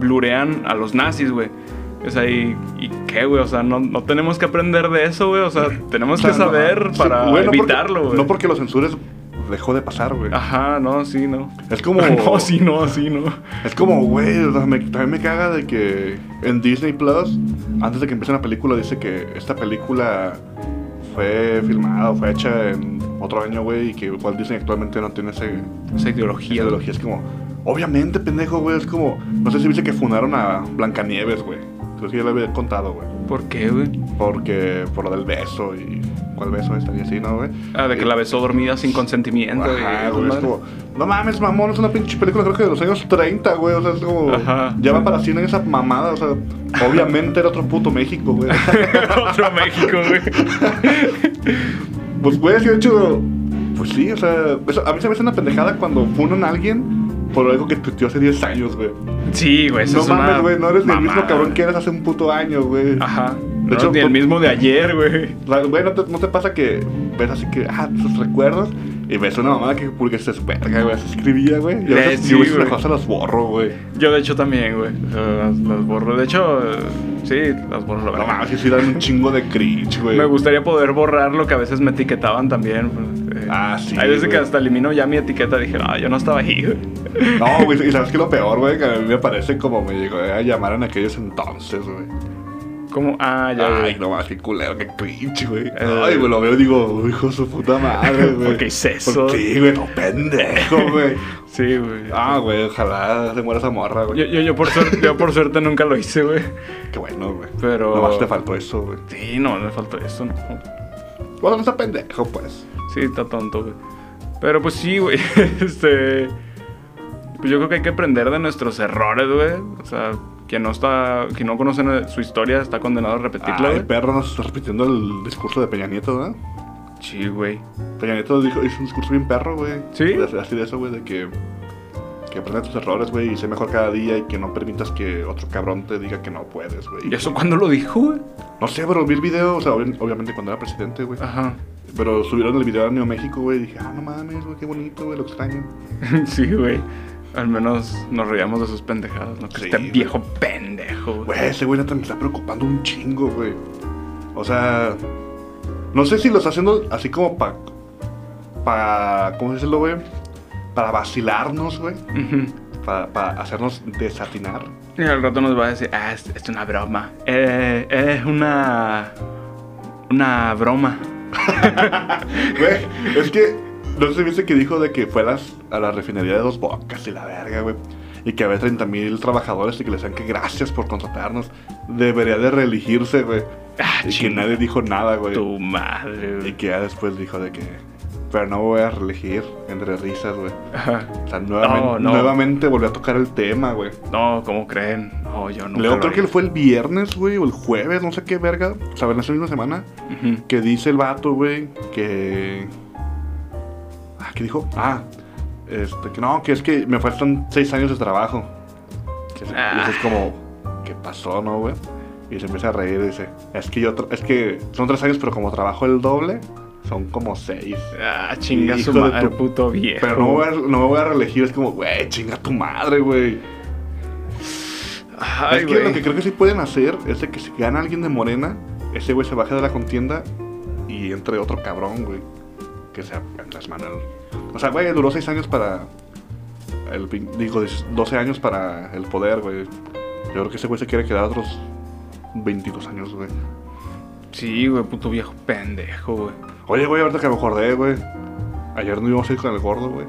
D: blurean a los nazis, güey. O sea, ¿y, y qué, güey? O sea, no, no tenemos que aprender de eso, güey. O sea, tenemos
A: O
D: que
A: sea, no-
D: saber
A: sí,
D: para
A: güey, no porque-
D: evitarlo, güey.
A: No porque los censures dejó de pasar, güey.
D: Ajá, no, sí, no.
A: Es <laughs> como.
D: <laughs> No, sí, no, sí, no.
A: Es como, güey, o sea, me- también me caga de que en Disney Plus, antes de que empiece la película, dice que esta película fue filmada o fue hecha en otro año, güey, y que Walt Disney actualmente no tiene ese,
D: Esa
A: esa
D: ideología.
A: ideología. Es como, obviamente, pendejo, güey, es como, no sé si viste que fundaron a Blancanieves, güey. Creo que ya lo había contado, güey.
D: ¿Por qué, güey?
A: Porque, por lo del beso y. ¿Cuál beso estaría así, no, güey?
D: Ah, de que
A: Y-
D: la besó dormida sin consentimiento. y-
A: Ajá, güey, es
D: madre.
A: como, no mames, mamón, es una pinche película creo que de los años 30, güey. O sea, es como.
D: Ajá.
A: Ya va para cine esa mamada. O sea, obviamente era otro puto México,
D: <laughs>
A: güey.
D: Otro México, güey.
A: pues, güey, si de hecho. Pues sí, o sea. eso- a mí se me hace una pendejada cuando funan a alguien por algo que tuiteó hace 10 años, güey.
D: Sí, güey, eso
A: No
D: es
A: mames,
D: una
A: güey, no eres el mismo
D: mamada,
A: cabrón que
D: güey.
A: eras hace un puto año, güey.
D: Ajá.
A: De
D: De
A: hecho,
D: hecho,
A: por-
D: ni el mismo de ayer, güey.
A: O sea, Güey, ¿no te, no te pasa que ves así que, ah, tus recuerdos? Y ves una mamada que publica se verga, güey, se escribía, güey. Y a
D: Eh,
A: veces,
D: sí,
A: yo a veces
D: güey.
A: mejor se las borro, güey.
D: Yo, de hecho, también, güey. O sea, Las, las borro. De hecho, eh, sí, las borro, la
A: No
D: verdad.
A: mames, sí, sí dan un chingo de cringe, güey.
D: Me gustaría poder borrar lo que a veces me etiquetaban también. pues, eh.
A: Ah, sí,
D: Hay veces
A: güey.
D: que hasta elimino ya mi etiqueta. Dije, no, yo no estaba ahí, güey.
A: No, güey, y sabes que lo peor, güey, que a mí me parece como me llegó a llamar en aquellos entonces, güey.
D: ¿Cómo? Ah, ya.
A: Ay,
D: güey. Eh.
A: no mames, qué culero, qué cringe, güey. Ay, güey, lo veo y digo, "Oh, hijo de su puta
D: <laughs>
A: madre, güey.
D: ¿Por qué hice eso?
A: ¿Por qué, güey? No, pendejo, <laughs> güey.
D: Sí, güey.
A: Ah, güey, ojalá se muera esa morra, güey.
D: Yo, yo, yo, por suerte, yo por suerte nunca lo hice, güey.
A: Qué bueno, güey.
D: Pero-
A: Nomás te faltó eso, güey.
D: Sí, no, me faltó eso, no.
A: Bueno, no está pendejo, pues.
D: Sí, está tonto, güey. Pero pues sí, güey. <laughs> Este. Pues yo creo que hay que aprender de nuestros errores, güey. O sea, quien no está. Quien no conoce su historia está condenado a repetirla,
A: Ay,
D: güey.
A: perro, nos está repitiendo el discurso de Peña Nieto, ¿verdad?
D: Sí, güey.
A: Peña Nieto dijo, hizo un discurso bien perro, güey.
D: ¿Sí?
A: De- Así de eso, güey, de que, que aprendas tus errores, güey, y sé mejor cada día y que no permitas que otro cabrón te diga que no puedes, güey.
D: ¿Y eso cuándo lo dijo, güey?
A: No sé, pero vi el video, o sea, obvi- obviamente cuando era presidente, güey.
D: Ajá.
A: Pero subieron el video a Neo México, güey, y dije, ah, no mames, güey, qué bonito, güey, lo extraño.
D: <laughs> sí, güey. Al menos nos reíamos de sus pendejadas, ¿no? Que
A: Sí,
D: este
A: güey. Pues,
D: viejo pendejo, güey.
A: Güey, ese güey neta me está preocupando un chingo, güey. O sea, no sé si lo está haciendo así como para, para, ¿cómo decirlo, güey? Para vacilarnos, güey.
D: Ujú.
A: Para, para hacernos desatinar.
D: Y al rato nos va a decir, ah, es, es una broma. Eh, es una. Una broma.
A: Güey, es que no sé viste que dijo de que fue a, las- a la refinería de Dos Bocas y la verga, güey. Y que había 30 mil trabajadores y que le decían que gracias por contratarnos. Debería de reelegirse, güey.
D: Ah,
A: Y que
D: chinga
A: nadie dijo nada, güey.
D: Tu madre,
A: Y
D: güey.
A: que ya después dijo de que... Pero no me voy a reelegir entre risas, güey.
D: Ajá.
A: O sea, nuevamente,
D: No, no.
A: nuevamente volvió a tocar el tema, güey.
D: No, ¿cómo creen? No, yo no.
A: Luego creo que fue el viernes, güey, o el jueves, no sé qué verga. O sea, en esa misma semana. que dice el vato, güey, que... Ah, ¿qué dijo? Ah, este, que no, que es que me faltan seis años de trabajo. Que se-
D: Ah.
A: Y eso es como, ¿qué pasó, no, güey? Y se empieza a reír y dice, es que yo, tra- es que son tres años, pero como trabajo el doble, son como seis.
D: Ah, chinga su
A: Hijo de
D: madre,
A: tu-
D: puto viejo.
A: Pero no me voy a, no me voy a reelegir, es como, güey, chinga tu madre, güey.
D: Ay,
A: es que
D: güey.
A: lo que creo que sí pueden hacer es de que si gana alguien de Morena, ese güey se baje de la contienda y entre otro cabrón, güey. Que sea Andrés Manuel. O sea, güey, duró 6 años para. El, pin- digo, 12 años para el poder, güey. Yo creo que ese güey se quiere quedar otros 22 años, güey.
D: Sí, güey, puto viejo pendejo, güey.
A: Oye, güey, ahorita que me acordé, güey. Ayer no íbamos a ir con el gordo, güey.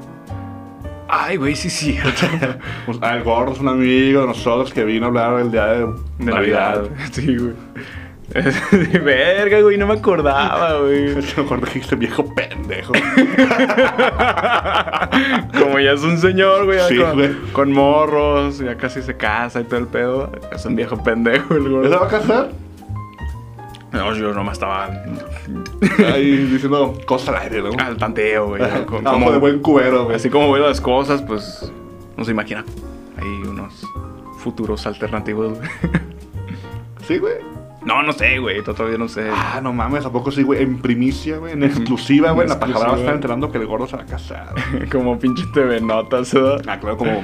D: Ay, güey, sí es cierto.
A: <laughs> Pues, ah, el gordo es un amigo de nosotros que vino a hablar el día de,
D: De
A: Navidad.
D: Navidad. <laughs> Sí, güey. De verga, güey, no me acordaba, güey.
A: Me acuerdo que este viejo pendejo. <laughs>
D: Como ya es un señor, güey, ya
A: Sí, güey.
D: con, con morros, ya casi se casa y todo el pedo. Es un viejo pendejo el
A: ¿Ya se va a
D: gordo.
A: casar?
D: No, yo nomás estaba
A: ahí diciendo cosas al aire, ¿no?
D: al tanteo, güey.
A: Ajá,
D: Ah, Con-
A: abajo
D: como-
A: de buen cubero, güey.
D: Así como veo las cosas, pues no se imagina. Hay unos futuros alternativos. güey.
A: Sí, güey.
D: No, no sé, güey. Todavía no sé. <laughs>
A: Ah, no mames, ¿a poco sí, güey? En primicia, güey, en exclusiva, güey. En la pajarada
D: exclusiva.
A: están enterando que el gordo se va a
D: <laughs>
A: casar.
D: Como pinche TV Notas, ¿verdad?
A: Ah, claro, como.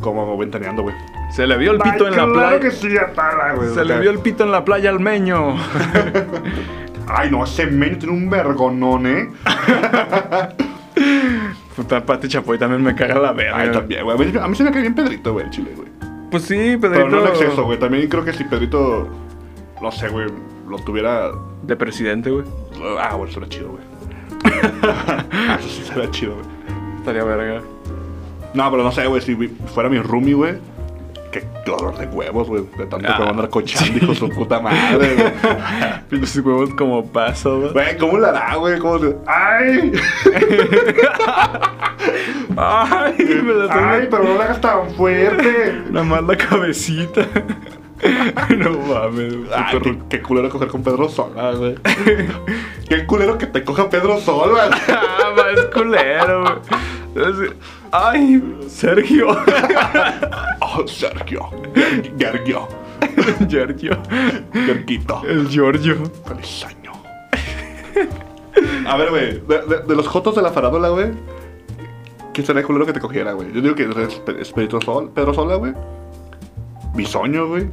A: Como ventaneando, güey.
D: Se le vio el pito
A: Ay,
D: en la
A: Claro
D: playa.
A: que sí, atala, güey.
D: Se le vio el pito en la playa al meño. <laughs>
A: Ay, no, ese men tiene un vergonón, ¿eh?
D: <laughs> Puta, Pati Chapoy también me caga la verga.
A: Ay, también, güey. A mí- A mí se me cae bien Pedrito, güey, el chile, güey.
D: Pues sí,
A: Pero
D: Pedrito.
A: no en exceso, güey. También creo que si Pedrito, no sé, güey, lo tuviera.
D: De presidente, güey.
A: Ah, güey, eso era chido, güey. <laughs> eso sí será chido, güey.
D: Estaría verga.
A: No, pero no sé, güey, si vi- fuera mi roomie, güey. Qué dolor de huevos, güey. De tanto que
D: Ah.
A: van a andar cochando, hijo de su puta madre, güey.
D: <laughs> Pinches huevos como paso, güey.
A: Güey, ¿cómo la hará, güey? ¿Cómo se... ¡Ay!
D: Ay, me la tengo.
A: ¡Ay, pero no la hagas tan fuerte!
D: Nada más la cabecita. no mames, güey.
A: Ay,
D: Súper
A: qué, qué culero coger con Pedro Sola, güey. Qué culero que te coja Pedro Sola.
D: Ah, más culero, güey. Entonces, Ay, Sergio.
A: Oh, Sergio. <laughs> Gergio.
D: Giorgio.
A: Gerquito.
D: El Giorgio.
A: Feliz año. A ver, güey. De, de- de los jotos de la farándula, güey. ¿Quién sería el culero que te cogiera, güey? Yo digo que es, Pe- es Pedro Sol, Pedro Sola, güey. Bisoño, <laughs> güey.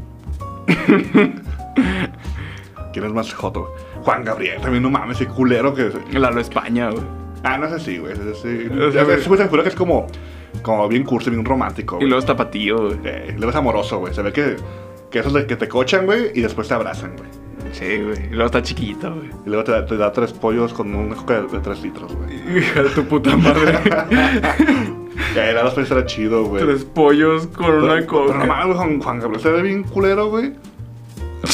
A: ¿Quién es más joto? güey? Juan Gabriel, también no mames, ese culero que...
D: Lalo España, güey.
A: Ah, no es así, güey. Es así.
D: O sea,
A: Es-
D: güey.
A: es- pues, Es seguro que es como, como bien cursi, bien romántico.
D: Y
A: güey.
D: luego está Patillo, güey.
A: Eh, luego es amoroso, güey. Se ve que, que esos de que te cochan, güey, y después te abrazan, güey.
D: Sí, güey. Y luego está chiquito, güey.
A: Y luego te, da- te da tres pollos con una coca de, de tres litros, güey.
D: Hija de tu puta
A: <laughs>
D: madre.
A: Eh, la dos era chido, güey.
D: Tres pollos con una
A: Pero- Pero no
D: coca.
A: mames, güey, Juan, Juan Gabriel se ve bien culero, güey.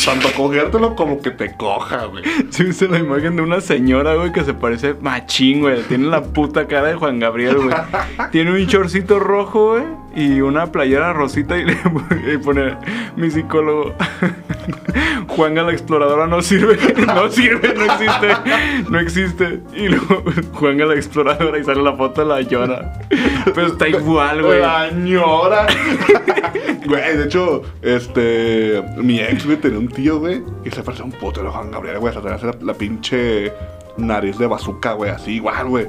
A: Tanto cogértelo como que te coja, güey.
D: ¿Sí viste la imagen de una señora, güey, que se parece machín, güey? Tiene la puta cara de Juan Gabriel,
A: <laughs>
D: güey. Tiene un chorcito rojo, güey, y una playera rosita y <laughs> le y pone mi psicólogo. <laughs> Juanga la exploradora no sirve, <laughs> no sirve, no existe, no existe. Y luego Juanga la exploradora y sale la foto de la llora. Pero
A: <laughs>
D: está igual, güey.
A: La ñora. <laughs> Güey, de hecho, este. Mi ex, güey, tenía un tío, güey, que se parecía un puto a Juan Gabriel, güey. O sea, tenía la, la pinche nariz de bazooka, güey, así igual, <laughs> güey.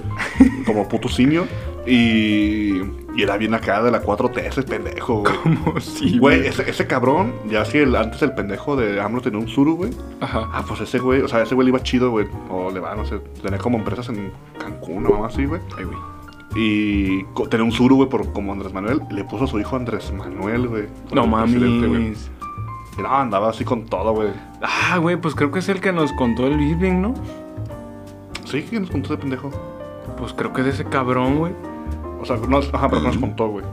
A: Como puto simio. Y. Y era bien acá de la 4T, ese pendejo, güey.
D: Como si,
A: Güey, ese, ese cabrón, ya si el, antes el pendejo de AMLO tenía un suru, güey.
D: Ajá.
A: Ah, pues ese güey, o sea, ese güey le iba chido, güey. O le va, no sé, tenía como empresas en Cancún o algo así, güey.
D: Ay, güey.
A: Y co- tenía un suru, güey, por- como Andrés Manuel. Le puso a su hijo Andrés Manuel, güey.
D: No
A: Como presidente, güey.
D: mames.
A: Y no, andaba así con todo, güey.
D: Ah, güey, pues creo que es el que nos contó el Irving, ¿no?
A: Sí, ¿quién nos contó ese pendejo?
D: Pues creo que es de ese cabrón, güey.
A: O sea, no, ajá, pero no nos contó, güey.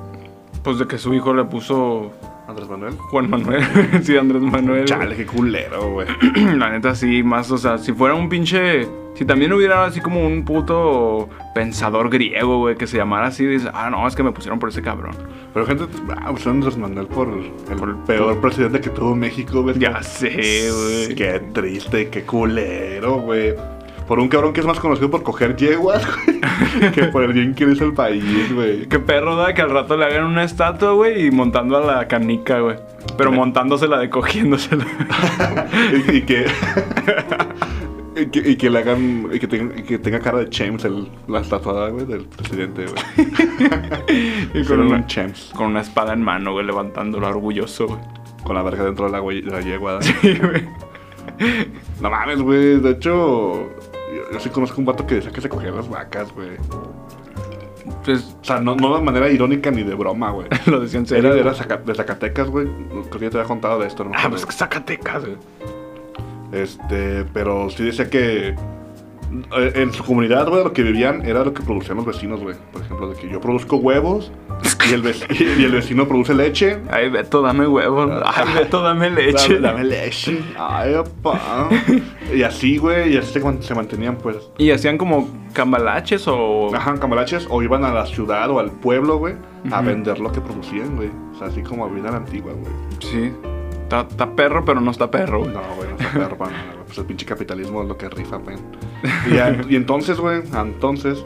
D: Pues de que su hijo le puso
A: Andrés Manuel.
D: Juan Manuel. <laughs> sí, Andrés Manuel. güey.
A: Chale, qué culero, güey.
D: <clears throat> La neta, sí, más, o sea, si fuera un pinche. Si también hubiera así como un puto pensador griego, güey, que se llamara así, dice, ah, no, es que me pusieron por ese cabrón.
A: Pero gente, ah, pues Andrés Manuel por el
D: Por-
A: peor presidente que tuvo México, güey.
D: Ya sé, güey.
A: Qué triste, qué culero, güey. Por un cabrón que es más conocido por coger yeguas, güey, que por el bien que es el país, güey.
D: <laughs> Qué perro da que al rato le hagan una estatua, güey, y montando a la canica, güey. Pero montándosela de cogiéndosela. <laughs>
A: y, y que. Y que, y que le hagan. Y que, tenga, y que tenga cara de James el, la estatuada, güey, del presidente, güey.
D: <laughs> y
A: Con
D: con
A: un
D: una,
A: James.
D: con una espada en mano, güey, levantándola orgulloso, güey.
A: Con la verga dentro de la, güey- de la yegua.
D: <laughs> Sí, güey.
A: No mames, güey. De hecho, yo, yo sí conozco un vato que decía que se cogía las vacas, güey.
D: Pues
A: O sea, no, no de manera irónica ni de broma, güey.
D: <laughs> lo decían en serio.
A: Era,
D: güey.
A: era Zaca- de Zacatecas, güey. Creo que ya te había contado de esto, ¿no?
D: Ah, pues que Zacatecas, güey.
A: Este, pero sí decía que eh, en su comunidad, güey, lo que vivían era lo que producían los vecinos, güey. Por ejemplo, de que yo produzco huevos y el, vec- <laughs> y el vecino produce leche.
D: Ay, Beto, dame huevo. Ay, Beto, dame leche.
A: Dame, dame leche. Ay, papá. Y así, güey, y así se, man- se mantenían, pues.
D: Y hacían como cambalaches o.
A: Ajá, camalaches, o iban a la ciudad o al pueblo, güey, a vender lo que producían, güey. O sea, así como vida a la antigua, güey.
D: Sí. Está, está perro, pero no está perro, güey.
A: No, güey, no está perro para nada, güey. Pues el pinche capitalismo es lo que rifa, güey. Y, a- y entonces, güey, entonces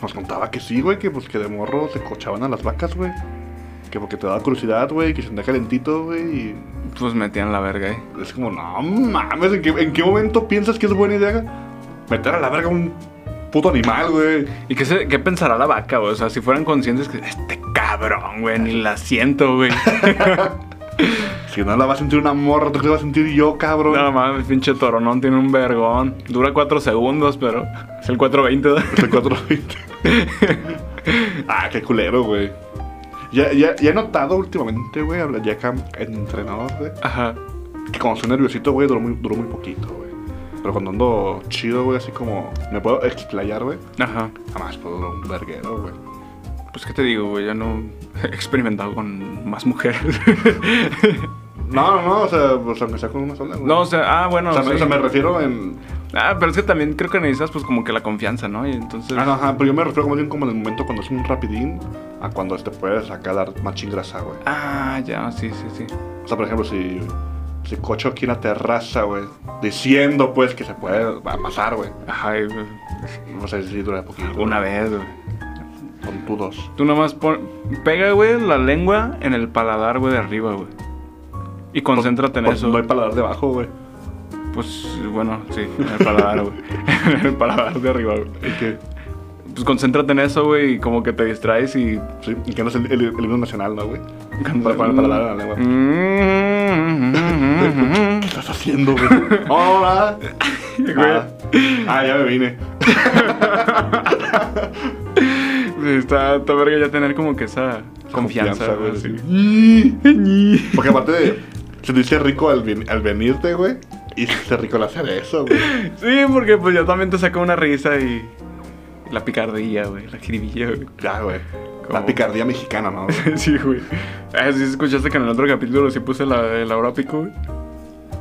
A: nos contaba que sí, güey, que pues que de morro se cochaban a las vacas, güey. Que porque te daba curiosidad, güey, que se andaba calentito, güey. Y
D: pues metían la verga ahí.
A: Es como, no mames, ¿en qué, en qué momento piensas que es buena idea meter a la verga un puto animal, güey?
D: ¿Y qué, se- qué pensará la vaca, güey? O sea, si fueran conscientes que este cabrón, güey, ni la
A: <laughs>
D: siento, güey.
A: Si no la va a sentir una morra, ¿tú qué la vas a sentir yo, cabrón? <laughs>
D: No mames, pinche toronón tiene un vergón. Dura 4 segundos, pero es el 420. ¿verdad?
A: Es <laughs> el 420. <laughs> ah, qué culero, güey. Ya, ya, ya he notado últimamente, güey, habla- ya acá en entrenador, güey,
D: Ajá.
A: que cuando estoy nerviosito, güey, duró muy, duró muy poquito, güey. Pero cuando ando chido, güey, así como me puedo explayar, güey,
D: Ajá.
A: jamás puedo durar un verguero, güey.
D: Pues qué te digo, güey, ya no he experimentado con más mujeres. <laughs>
A: No, no, no, o sea, pues aunque sea con una sola, güey.
D: no, o sea, ah, bueno.
A: o sea, me,
D: sí.
A: o sea, me refiero en.
D: Ah, pero es que también creo que necesitas pues como que la confianza, ¿no? Y entonces...
A: Ah, no, ajá, pero yo me refiero como bien como en el momento cuando es un rapidín a cuando te puedes acá dar más chingrasa, güey.
D: Ah, ya, sí, sí, sí.
A: O sea, por ejemplo, si, si cocho aquí en la terraza, güey, diciendo, pues, que se puede va a pasar, güey.
D: Ajá, y, güey,
A: No sé si dura poquito.
D: una vez, güey.
A: Con tu dos.
D: Tú nomás pon- pega, güey, la lengua en el paladar, güey, de arriba, güey. Y concéntrate en
A: Pues,
D: eso.
A: No hay paladar debajo, güey.
D: Pues bueno, sí, en el paladar, güey. <laughs> en el <laughs> paladar de arriba, güey.
A: Y que,
D: Pues concéntrate en eso, güey, y como que te distraes y.
A: sí, y que no es el, el, el himno nacional, ¿no, güey? Para poner el paladar en la
D: Mm,
A: lengua. ¿Qué estás haciendo, güey? <laughs> No,
D: <laughs>
A: nada. Nada. Ah, ya me vine.
D: Sí, está, está verga ya tener como que esa confianza, güey. sí.
A: sí. Porque aparte de, se te dice rico al, vin- al venirte, güey. Y se te hace rico al hacer eso, güey.
D: <laughs> Sí, porque pues yo también te saco una risa y. y La picardía, güey, la jiribilla, güey. <laughs>
A: Ya, güey. La
D: ¿Cómo?
A: picardía mexicana, ¿no? güey?
D: Sí, güey. Ah, sí, escuchaste que en el otro capítulo sí puse la de Laura Pico, güey.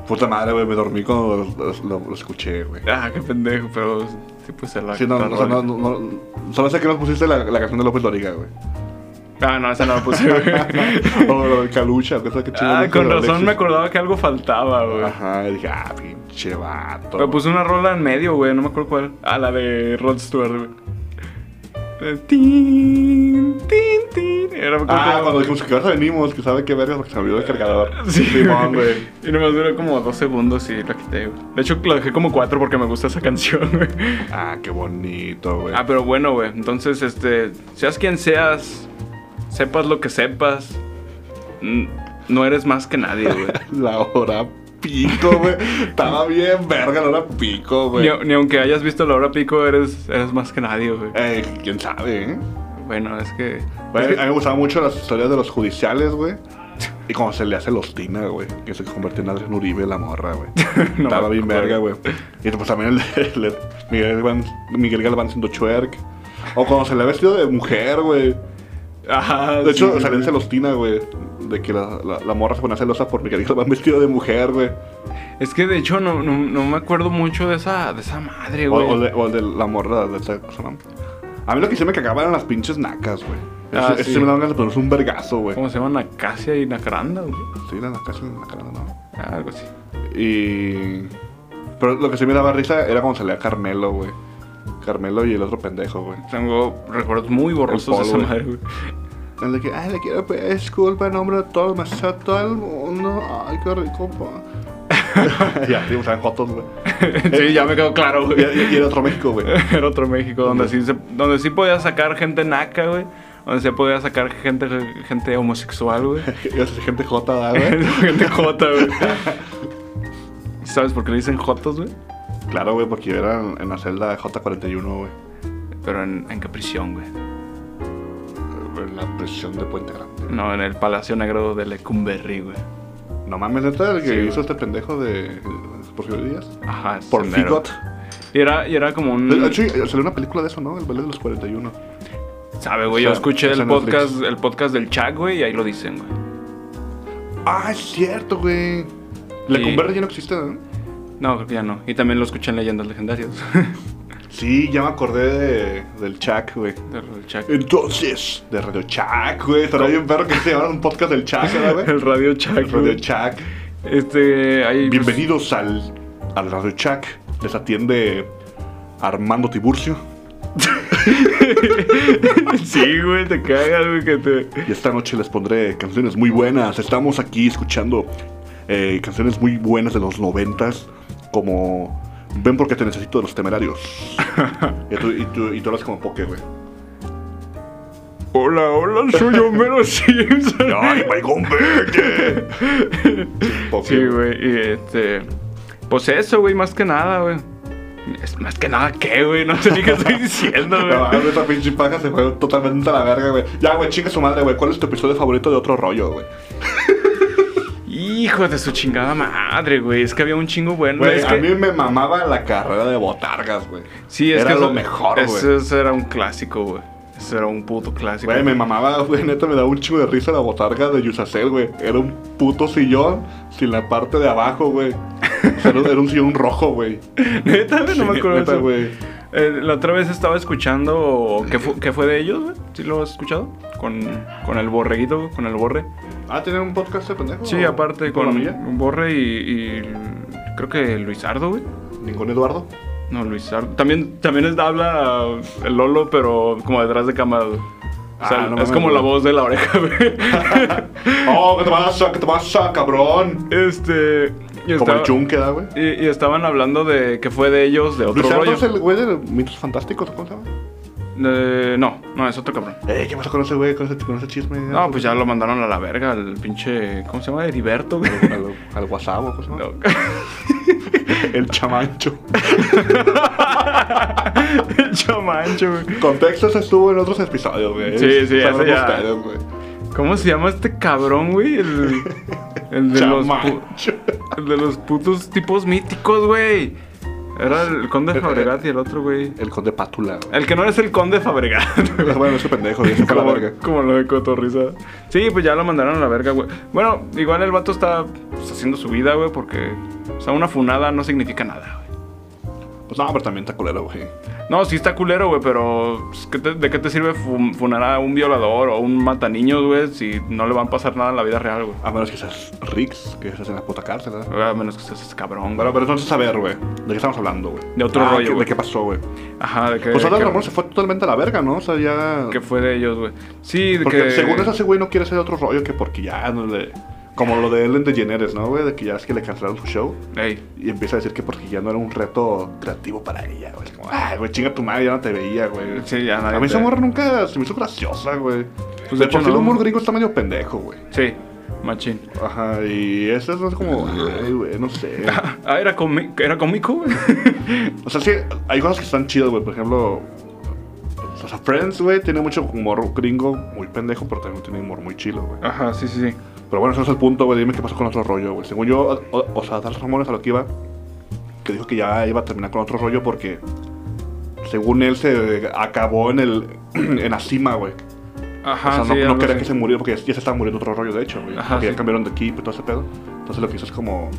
A: Puta madre, güey, me dormí cuando lo, lo- lo escuché, güey.
D: Ah, qué pendejo, pero sí puse la.
A: Sí, no,
D: la
A: o sea, no,
D: rola.
A: no, no- solo sé que nos pusiste la, la canción de López Doriga, güey.
D: Ah, no, esa no la puse, güey.
A: <laughs> o lo de Calucha, cosa que chido.
D: Ah, con razón me acordaba que algo faltaba, güey.
A: Ajá, y dije, ah, pinche vato.
D: Pero pues, puse una rola en medio, güey, no me acuerdo cuál. Ah, la de Rod Stewart, güey. Eh, Tin, tin, tin. Era como
A: ah,
D: que-
A: cuando dijimos que ahora venimos, que sabe qué verga, porque se me olvidó el cargador.
D: <laughs> Sí,
A: Simón, güey.
D: Y nomás duró como dos segundos y la quité, güey. De hecho, la dejé como cuatro porque me gusta esa <laughs> canción, güey.
A: Ah, qué bonito, güey.
D: Ah, pero bueno, güey. Entonces, este, seas quien seas, sepas lo que sepas, n- no eres más que nadie, güey.
A: La hora pico, güey. Estaba bien verga la hora pico, güey.
D: <laughs> Ni, ni aunque hayas visto la hora pico, eres, eres más que nadie, güey.
A: Eh, quién sabe, eh.
D: Bueno, es que.
A: Güey,
D: es
A: a
D: que-
A: mí me gustaban mucho las historias de los judiciales, güey. Y como se le hace los tina, güey. Que se convirtió en Adrián Uribe la morra, güey.
D: <laughs> No
A: Estaba
D: me
A: bien
D: acuerdo.
A: verga, güey. Y pues también el de, el de Miguel, Galván, Miguel Galván siendo chuerk. O cuando se le ha vestido de mujer, güey.
D: Ajá,
A: De
D: sí,
A: hecho,
D: güey.
A: salen celostina, güey. De que la, la, la morra se pone celosa por Miguel Galván vestido de mujer, güey.
D: Es que de hecho no, no, no me acuerdo mucho de esa, de esa madre,
A: O,
D: güey.
A: o de, o de la morra de esa cosa, ¿no? A mí lo que se me cagaba eran las pinches nacas, güey.
D: Ah,
A: Ese- ese
D: sí.
A: me daban ganas de ponerse un vergazo, güey.
D: ¿Cómo se llama? Nacasia y Nacaranda, güey.
A: Sí, las nacas en la cara, ¿no?
D: Ah, Algo así.
A: Y. Pero lo que sí me daba risa era cuando salía Carmelo, güey. Carmelo y el otro pendejo, güey.
D: Tengo recuerdos muy borrosos
A: El
D: de esa
A: Paul,
D: madre, güey.
A: El de que, ay, le quiero pedir disculpa en nombre de todo el mes- a todo el mundo. Ay, qué rico,
D: <laughs>
A: pa. <laughs> ya, sí, usaban jotos, güey.
D: sí, ya me quedó claro,
A: Y,
D: güey.
A: y- y el otro México, güey.
D: <laughs> Era otro México donde sí, se- donde sí podía sacar gente naca, güey. Donde se podía sacar gente, gente homosexual, <laughs> güey.
A: Y esa gente jota, ¿da, güey.
D: <laughs> gente jota, güey. ¿Sabes por qué le dicen jotos, güey?
A: Claro, güey, porque yo era en en la celda J41, güey.
D: Pero en, en qué prisión, güey.
A: En la prisión de Puente Grande.
D: No, en el Palacio Negro de Lecumberri, güey.
A: No mames, neta, el que
D: Sí,
A: hizo
D: güey.
A: este pendejo de. ¿Por qué días?
D: Ajá,
A: Por
D: ese mero.
A: Figot.
D: Y era, y era como
A: De
D: un.
A: hecho, salió una película de eso, ¿no? El ballet de los 41.
D: Sabe, güey.
A: o
D: Yo
A: sea,
D: escuché
A: esa
D: el
A: Netflix.
D: podcast, el podcast del Chac, güey, y ahí lo dicen, güey.
A: Ah, es cierto, güey. Lecumberri ya no existe, ¿no?
D: No, creo que ya no. Y también lo escuché en Leyendas Legendarias. <laughs>
A: Sí, ya me acordé de, del Chac, güey.
D: del Chac.
A: Entonces, de Radio Chac, güey. Estaría bien perro que se llamara un podcast del Chac, ¿verdad, güey?
D: El Radio
A: <laughs>
D: Chac.
A: El Radio
D: güey.
A: Chac.
D: Este, ahí. pues,
A: Bienvenidos al, al Radio Chac. Les atiende Armando Tiburcio.
D: <laughs> sí, güey, te cagas, güey, que te.
A: Y esta noche les pondré canciones muy buenas. Estamos aquí escuchando eh, canciones muy buenas de los noventas, como Ven porque te necesito de los
D: <laughs>
A: temerarios. y, tú, y, tú, y tú hablas como Poké, güey.
D: Hola, hola, soy Homero <laughs> Simpson.
A: ¡Ay, my converte! Poké,
D: Sí, güey, y este. Pues eso, güey, más que nada, güey. Es más que nada, ¿qué, güey? No sé ni qué
A: <laughs>
D: estoy diciendo,
A: No,
D: güey.
A: mames, esa pinche paja se fue totalmente a la verga, güey. Ya, güey, chica su madre, güey. ¿Cuál es tu episodio favorito de otro rollo, güey?
D: Hijo de su chingada madre, güey. Es que había un chingo bueno.
A: Güey,
D: es
A: a
D: que-
A: mí me mamaba la carrera de botargas, güey.
D: Sí, es
A: Era
D: que
A: lo
D: eso-
A: mejor, güey.
D: Eso, eso era un clásico, güey. Eso era un puto clásico.
A: Güey, me
D: <laughs>
A: mamaba, <laughs> güey, neta, me daba un chingo de risa la botarga de Yusacel, güey. Era un puto sillón sin la parte de abajo, güey. O sea, era, era un sillón rojo,
D: <laughs>
A: güey.
D: Neta, güey, Ah, no
A: Sí,
D: me acuerdo de
A: neta,
D: eso.
A: güey.
D: Eh, la otra vez estaba escuchando. ¿Qué, fu- qué fue de ellos, güey? ¿Sí lo has escuchado? Con, con el borreguito, güey, con el borre.
A: Ah, ¿tenía un podcast de pendejo?
D: Sí, aparte con
A: la mía?
D: un borre y, y creo que Luisardo, güey.
A: Ningún Eduardo.
D: No, Luisardo. También, también es, habla el Lolo, pero como detrás de cámara. güey. O sea,
A: Ah, no
D: es
A: mames,
D: como la
A: güey.
D: voz de la oreja, güey. <laughs>
A: ¡Oh, qué te pasa, qué te pasa, cabrón!
D: este. y
A: Como
D: estaba-
A: el chunque, da, güey.
D: Y, y estaban hablando de que fue de ellos, de otro
A: Luisardo
D: rollo.
A: es el güey de los mitos fantásticos, ¿cómo se llama?
D: Eh, no, no, es otro cabrón.
A: Eh, ¿qué pasó con ese güey? Con ese, con ese chisme.
D: No, pues ya lo mandaron a la verga, al pinche. ¿Cómo se llama?
A: <laughs>
D: Heriberto, güey.
A: Al, al guasabo, ¿cómo se llama?
D: <laughs> No.
A: El chamancho.
D: El Chamancho, güey.
A: Contexto ese estuvo en otros episodios, güey.
D: Sí, sí,
A: Sabrán
D: ese ya.
A: ustedes, güey.
D: ¿Cómo se llama este cabrón, güey? El, el de los pu-
A: Chamancho.
D: el de los putos tipos míticos, güey. Era el conde Fabregat y el otro, güey.
A: El conde Pátula, güey.
D: El que no es el conde Fabregat, <laughs>
A: <laughs>
D: güey.
A: Bueno, ese pendejo, güey. Ese fue la
D: Como,
A: verga.
D: como lo de Cotorriza. Sí, pues ya lo mandaron a la verga, güey. Bueno, igual el vato está pues, haciendo su vida, güey, porque. O sea, una funada no significa nada, güey.
A: Pues no, pero también está culero, güey.
D: No, sí está culero, güey, pero. pues, ¿qué te- ¿De qué te sirve fun- funar a un violador o un mataniños, güey, si no le van a pasar nada en la vida real, güey?
A: A menos que seas Rix, que estás en la puta cárcel, ¿verdad?
D: A menos que seas ese cabrón, güey.
A: Bueno, pero entonces a ver, güey. ¿De qué estamos hablando, güey?
D: De otro
A: Ah,
D: rollo,
A: ¿qué- ¿De
D: güey.
A: qué pasó, güey?
D: Ajá, de que.
A: Pues ahora
D: que-
A: Ramón se fue totalmente a la verga, ¿no? O sea, ya.
D: que fue de ellos, güey. Sí, de
A: Porque
D: que.
A: según eso, ese güey no quiere ser otro rollo que porque ya no le. Como lo de Ellen DeGeneres, ¿no, güey? De que ya es que le cancelaron su show.
D: Ey,
A: Y empieza a decir que porque ya no era un reto creativo para ella, güey. Es como, ay, güey, chinga tu madre, ya no te veía, güey.
D: Sí, ya nadie
A: A mí
D: te-
A: esa morra nunca se me hizo graciosa, güey.
D: Pues, de
A: de
D: hecho,
A: por sí el
D: no.
A: humor gringo está medio pendejo, güey.
D: sí, machín. <laughs>
A: Ajá, y eso es como, ay, güey, no
D: <laughs>
A: sé.
D: Ah, era, comi- era cómico, güey. <laughs>
A: O sea, sí, hay cosas que están chidas, güey. Por ejemplo, o sea, Friends, güey, tiene mucho humor gringo muy pendejo, pero también tiene humor muy chilo, güey.
D: Ajá, sí, sí, sí.
A: Pero bueno, ese es el punto, güey. Dime qué pasó con otro rollo, güey. Según yo, o, o sea, Dal Ramones a lo que iba, que dijo que ya iba a terminar con otro rollo porque, según él, se acabó en el <clears throat> en la cima, güey. O
D: Ajá,
A: sea,
D: Ah, sí,
A: no, no
D: algo
A: quería
D: así.
A: que se muriera porque ya, ya se estaba muriendo otro rollo, de hecho, güey.
D: Ajá,
A: Porque
D: sí.
A: ya cambiaron de equipo y todo ese pedo. Entonces lo que hizo es como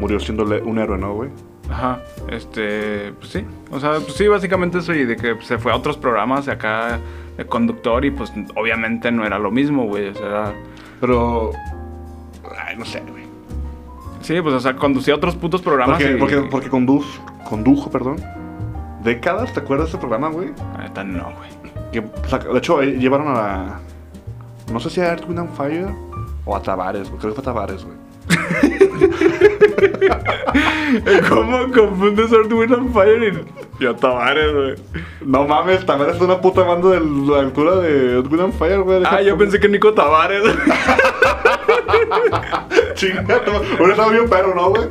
A: murió siendo le- un héroe, ¿no, güey?
D: Ajá, este, pues sí. O sea, pues sí, básicamente eso y de que pues, se fue a otros programas de acá de conductor y pues obviamente no era lo mismo, güey. O sea, era-
A: Pero, ay, no sé, güey.
D: sí, pues o sea, conducía otros putos programas.
A: Porque,
D: y-
A: porque, porque conduz, condujo, perdón, décadas, ¿te acuerdas de ese programa, güey?
D: La neta, no, güey.
A: Que, saca- de hecho, eh, llevaron a la. No sé si a Earth, Wind and Fire o a Tavares, güey. Creo que fue a Tavares, güey.
D: <laughs> ¿Cómo confundes Earth, Wind and Fire y, a Tavares, güey?
A: No mames, Tavares es una puta banda de la altura de Earth, Wind and Fire, güey.
D: Ah, yo pensé que Nico Tavares.
A: <laughs> Chinga, toma. Hubiera estado bien perro, ¿no, güey?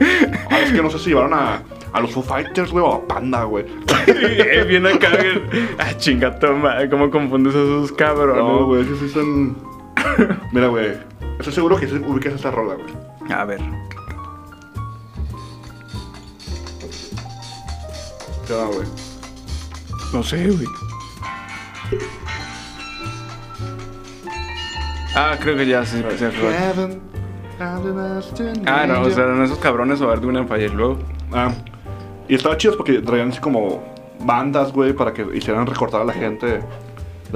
A: Ah, es que no sé si llevaron a, a los Foo Fighters, güey, o a Panda, güey.
D: <laughs> eh, bien acá, güey. Ah, chinga, toma. ¿Cómo confundes a esos cabrones?
A: No, güey, esos sí son. Mira, güey. Estoy seguro que sí ubicas esa rola, güey.
D: A ver.
A: Te va, güey.
D: No sé, güey. Ah, creo que ya sí. sí, sí. Ah, no, o sea, eran esos cabrones o Arduna en Fire luego.
A: Ah, y estaba chido porque traían así como bandas, güey, para que hicieran recordar a la gente. De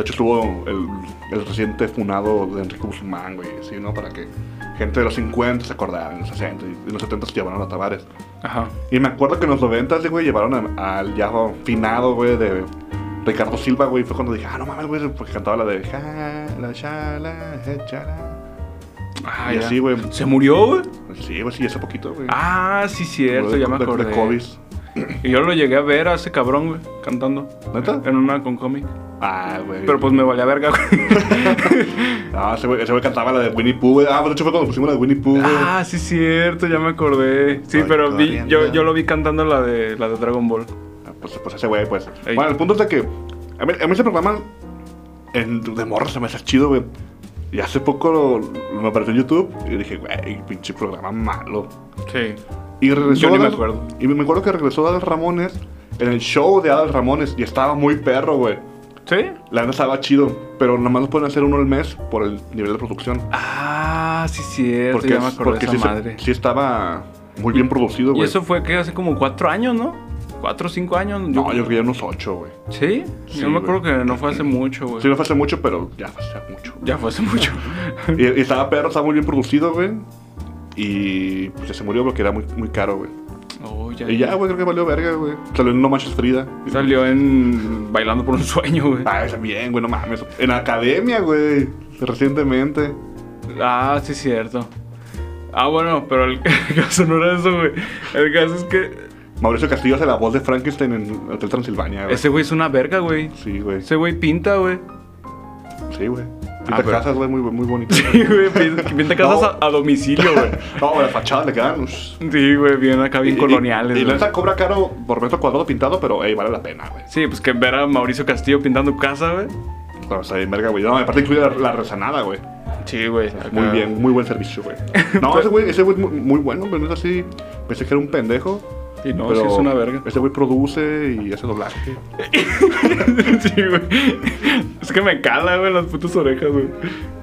A: hecho, estuvo el, el reciente funado de Enrique Guzmán, güey, así, ¿no? Para que gente de los 50 se acordara, en los 60 y en los 70 se llevaron a Tavares.
D: Ajá.
A: Y me acuerdo que en los 90, güey, llevaron a- al ya finado, güey, de Ricardo Silva, güey. Fue cuando dije, ah, no mames, güey, porque cantaba la de. "Ja, la, sha, la, he, cha, la".
D: Ah,
A: Y
D: ya.
A: así, güey.
D: ¿Se murió, güey?
A: Sí, güey, sí, hace poquito, güey.
D: Ah, sí,
A: Murió
D: cierto,
A: de-
D: ya me
A: de-
D: acordé.
A: De COVID.
D: Y yo lo llegué a ver a ese cabrón, güey, cantando.
A: ¿Neta?
D: En una con cómic.
A: Ah, güey.
D: Pero pues me valía verga, güey.
A: Ah, ese güey ese güey cantaba la de Winnie Pooh, güey. Ah, de hecho fue cuando pusimos la de Winnie Pooh, güey.
D: ah, sí, cierto, ya me acordé. Sí,
A: Ay,
D: pero vi,
A: corriendo.
D: yo, yo lo vi cantando la de, la de Dragon Ball.
A: Ah, Pues, pues ese güey, pues.
D: Ey.
A: Bueno, el punto es de que. A mí, a mí ese programa en- de morro se me hace chido, güey. Y hace poco lo- lo- me apareció en YouTube y dije, güey, pinche programa malo.
D: Sí.
A: Y regresó.
D: Yo ni me
A: Adal-
D: acuerdo.
A: Y me acuerdo que regresó Adal Ramones en el show de Adal Ramones y estaba muy perro, güey.
D: ¿Sí?
A: La neta estaba chido, pero nomás lo pueden hacer uno al mes por el nivel de producción.
D: Ah, sí, cierto,
A: porque
D: ya me acordé
A: porque
D: de
A: sí,
D: esa
A: se-
D: madre.
A: sí estaba muy bien producido,
D: Y
A: güey.
D: eso fue que hace como cuatro años, ¿no? Cuatro o cinco años.
A: No, yo creo que ya unos ocho, güey.
D: ¿Sí?
A: Sí,
D: yo me
A: güey.
D: acuerdo que no fue hace mucho, güey.
A: Sí, no fue hace mucho, pero ya fue hace
D: <laughs>
A: mucho.
D: Ya fue
A: <laughs>
D: hace mucho.
A: Y, y estaba perro, estaba muy bien producido, güey. Y pues ya se murió porque era muy, muy caro, güey.
D: Oh, ya,
A: Y ya, güey, creo que valió verga, güey. Salió en No Manches Frida.
D: Salió en Bailando por un Sueño, güey.
A: Ah, también, güey, no mames. En Academia, güey. Recientemente.
D: Ah, sí, cierto. Ah, bueno, pero el, <laughs> el caso no era eso, güey. El caso es que
A: Mauricio Castillo hace la voz de Frankenstein en Hotel Transilvania, güey.
D: ese güey es una verga, güey.
A: Sí, güey.
D: Ese güey pinta, güey. <laughs>
A: Sí, güey.
D: Ah,
A: Pinta
D: pero-
A: casas, güey, muy, muy bonito.
D: <laughs> Sí, güey, pinta, pinta casas
A: No.
D: a, a domicilio,
A: <laughs>
D: güey.
A: No, güey, las fachadas le quedan. ush.
D: Sí, güey, bien acá, bien
A: Y- y-
D: coloniales.
A: Y, la
D: güey.
A: neta cobra caro por metro cuadrado pintado, pero, ey, vale la pena, güey.
D: Sí, pues que ver a Mauricio Castillo pintando casa, güey.
A: No, está bien, verga, güey. No, aparte incluye la, la resanada, güey.
D: Sí, güey.
A: Muy bien, muy buen servicio, güey.
D: Pues
A: No, ese güey ese güey es muy, muy bueno, pero no es así. Pensé que era un pendejo.
D: Y no,
A: pero
D: sí es una verga.
A: Ese güey produce y hace doblaje.
D: <laughs> sí, güey. Es que me cala, güey, las putas orejas, güey.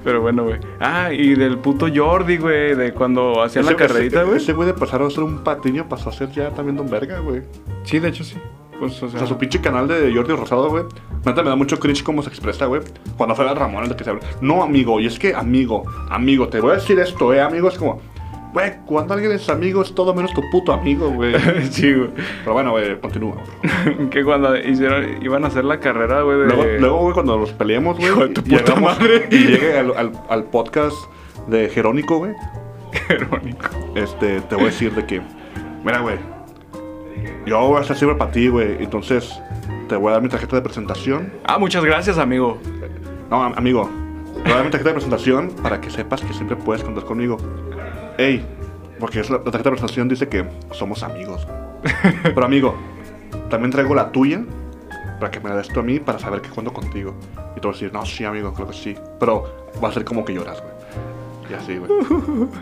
D: Pero bueno, güey. Ah, y del puto Jordi, güey, de cuando hacían la
A: Ese-
D: carrerita,
A: ese-
D: güey.
A: Ese güey de pasar a ser un patiño pasó a ser ya también don verga, güey.
D: Sí, de hecho sí. Pues, o
A: O
D: sea,
A: sea, su pinche canal de Jordi Rosado, güey. Neta, me da mucho cringe cómo se expresa, güey. Cuando fue a Ramón, el que se habla. No, amigo, y es que, amigo, amigo, te voy a decir esto, eh, amigo. Es como, güey, cuando alguien es amigo es todo menos tu puto amigo,
D: <laughs>
A: güey.
D: <laughs> sí, güey.
A: Pero bueno, güey, continúa. por favor.
D: Que cuando hicieron, iban a hacer la carrera, güey, de...
A: Luego, luego, güey, cuando nos peleemos, güey,
D: Hijo de tu puta
A: llegamos-
D: madre.
A: <laughs> y llegue al, al- al podcast de Jerónico, güey,
D: Jerónico.
A: este, te voy a decir de que, mira, güey, yo voy a estar siempre para ti, güey, entonces te voy a dar mi tarjeta de presentación.
D: Ah, muchas gracias, amigo.
A: No, am- amigo, te voy a dar mi tarjeta de presentación para que sepas que siempre puedes contar conmigo. Ey, porque es la, la tarjeta de presentación dice que somos amigos. Pero amigo, también traigo la tuya para que me la des tú a mí para saber que cuento contigo. Y tú vas a decir, no, sí, amigo, creo que sí. Pero va a ser como que lloras, güey. Y así, güey.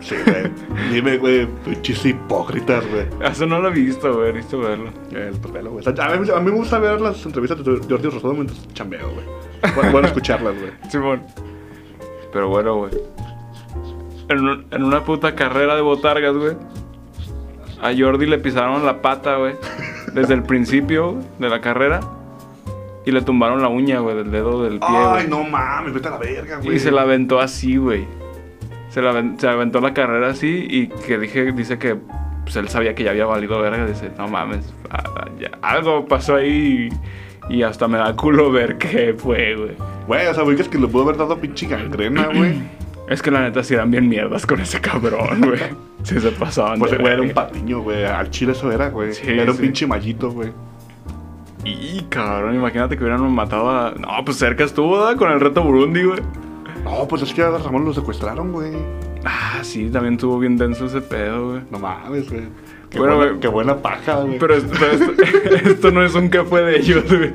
A: Sí, güey. Dime, güey, pinches hipócritas, güey.
D: Eso no lo he visto, güey, necesito verlo.
A: El papelo, güey. O sea, A mí, a mí me gusta ver las entrevistas de Jordi Rosado mientras chambeo, güey. Bu- Bueno, escucharlas, güey.
D: Simón. Pero bueno, güey. En, un- en una puta carrera de botargas, güey. A Jordi le pisaron la pata, güey. Desde el principio de la carrera. Y le tumbaron la uña, güey, del dedo del pie.
A: Ay,
D: güey.
A: no mames, vete a la verga, güey.
D: Y se la aventó así, güey. Se, la aven- se aventó la carrera así y que dije, dice que pues, él sabía que ya había valido verga. Dice, no mames, ah, ya- algo pasó ahí y, y hasta me da culo ver qué fue, güey.
A: Güey, o sea, güey, que es que le pudo haber dado pinche gangrena,
D: <clears throat>
A: güey.
D: Es que la neta sí eran bien mierdas con ese cabrón, <laughs> güey. Sí se pasaban.
A: Pues,
D: de
A: güey, era un
D: verga.
A: patiño, güey. Al chile eso era, güey.
D: Sí,
A: era un
D: sí.
A: pinche mallito, güey.
D: Y cabrón, imagínate que hubieran matado a. No, pues cerca estuvo, ¿verdad? Con el reto Burundi, güey.
A: No, pues es que a Ramón lo secuestraron, güey.
D: Ah, sí, también estuvo bien denso ese pedo, güey.
A: No mames, güey. Qué,
D: Bueno,
A: buena,
D: güey.
A: qué buena paja, güey.
D: Pero esto, pero esto- <laughs> esto no es un café de ellos, güey.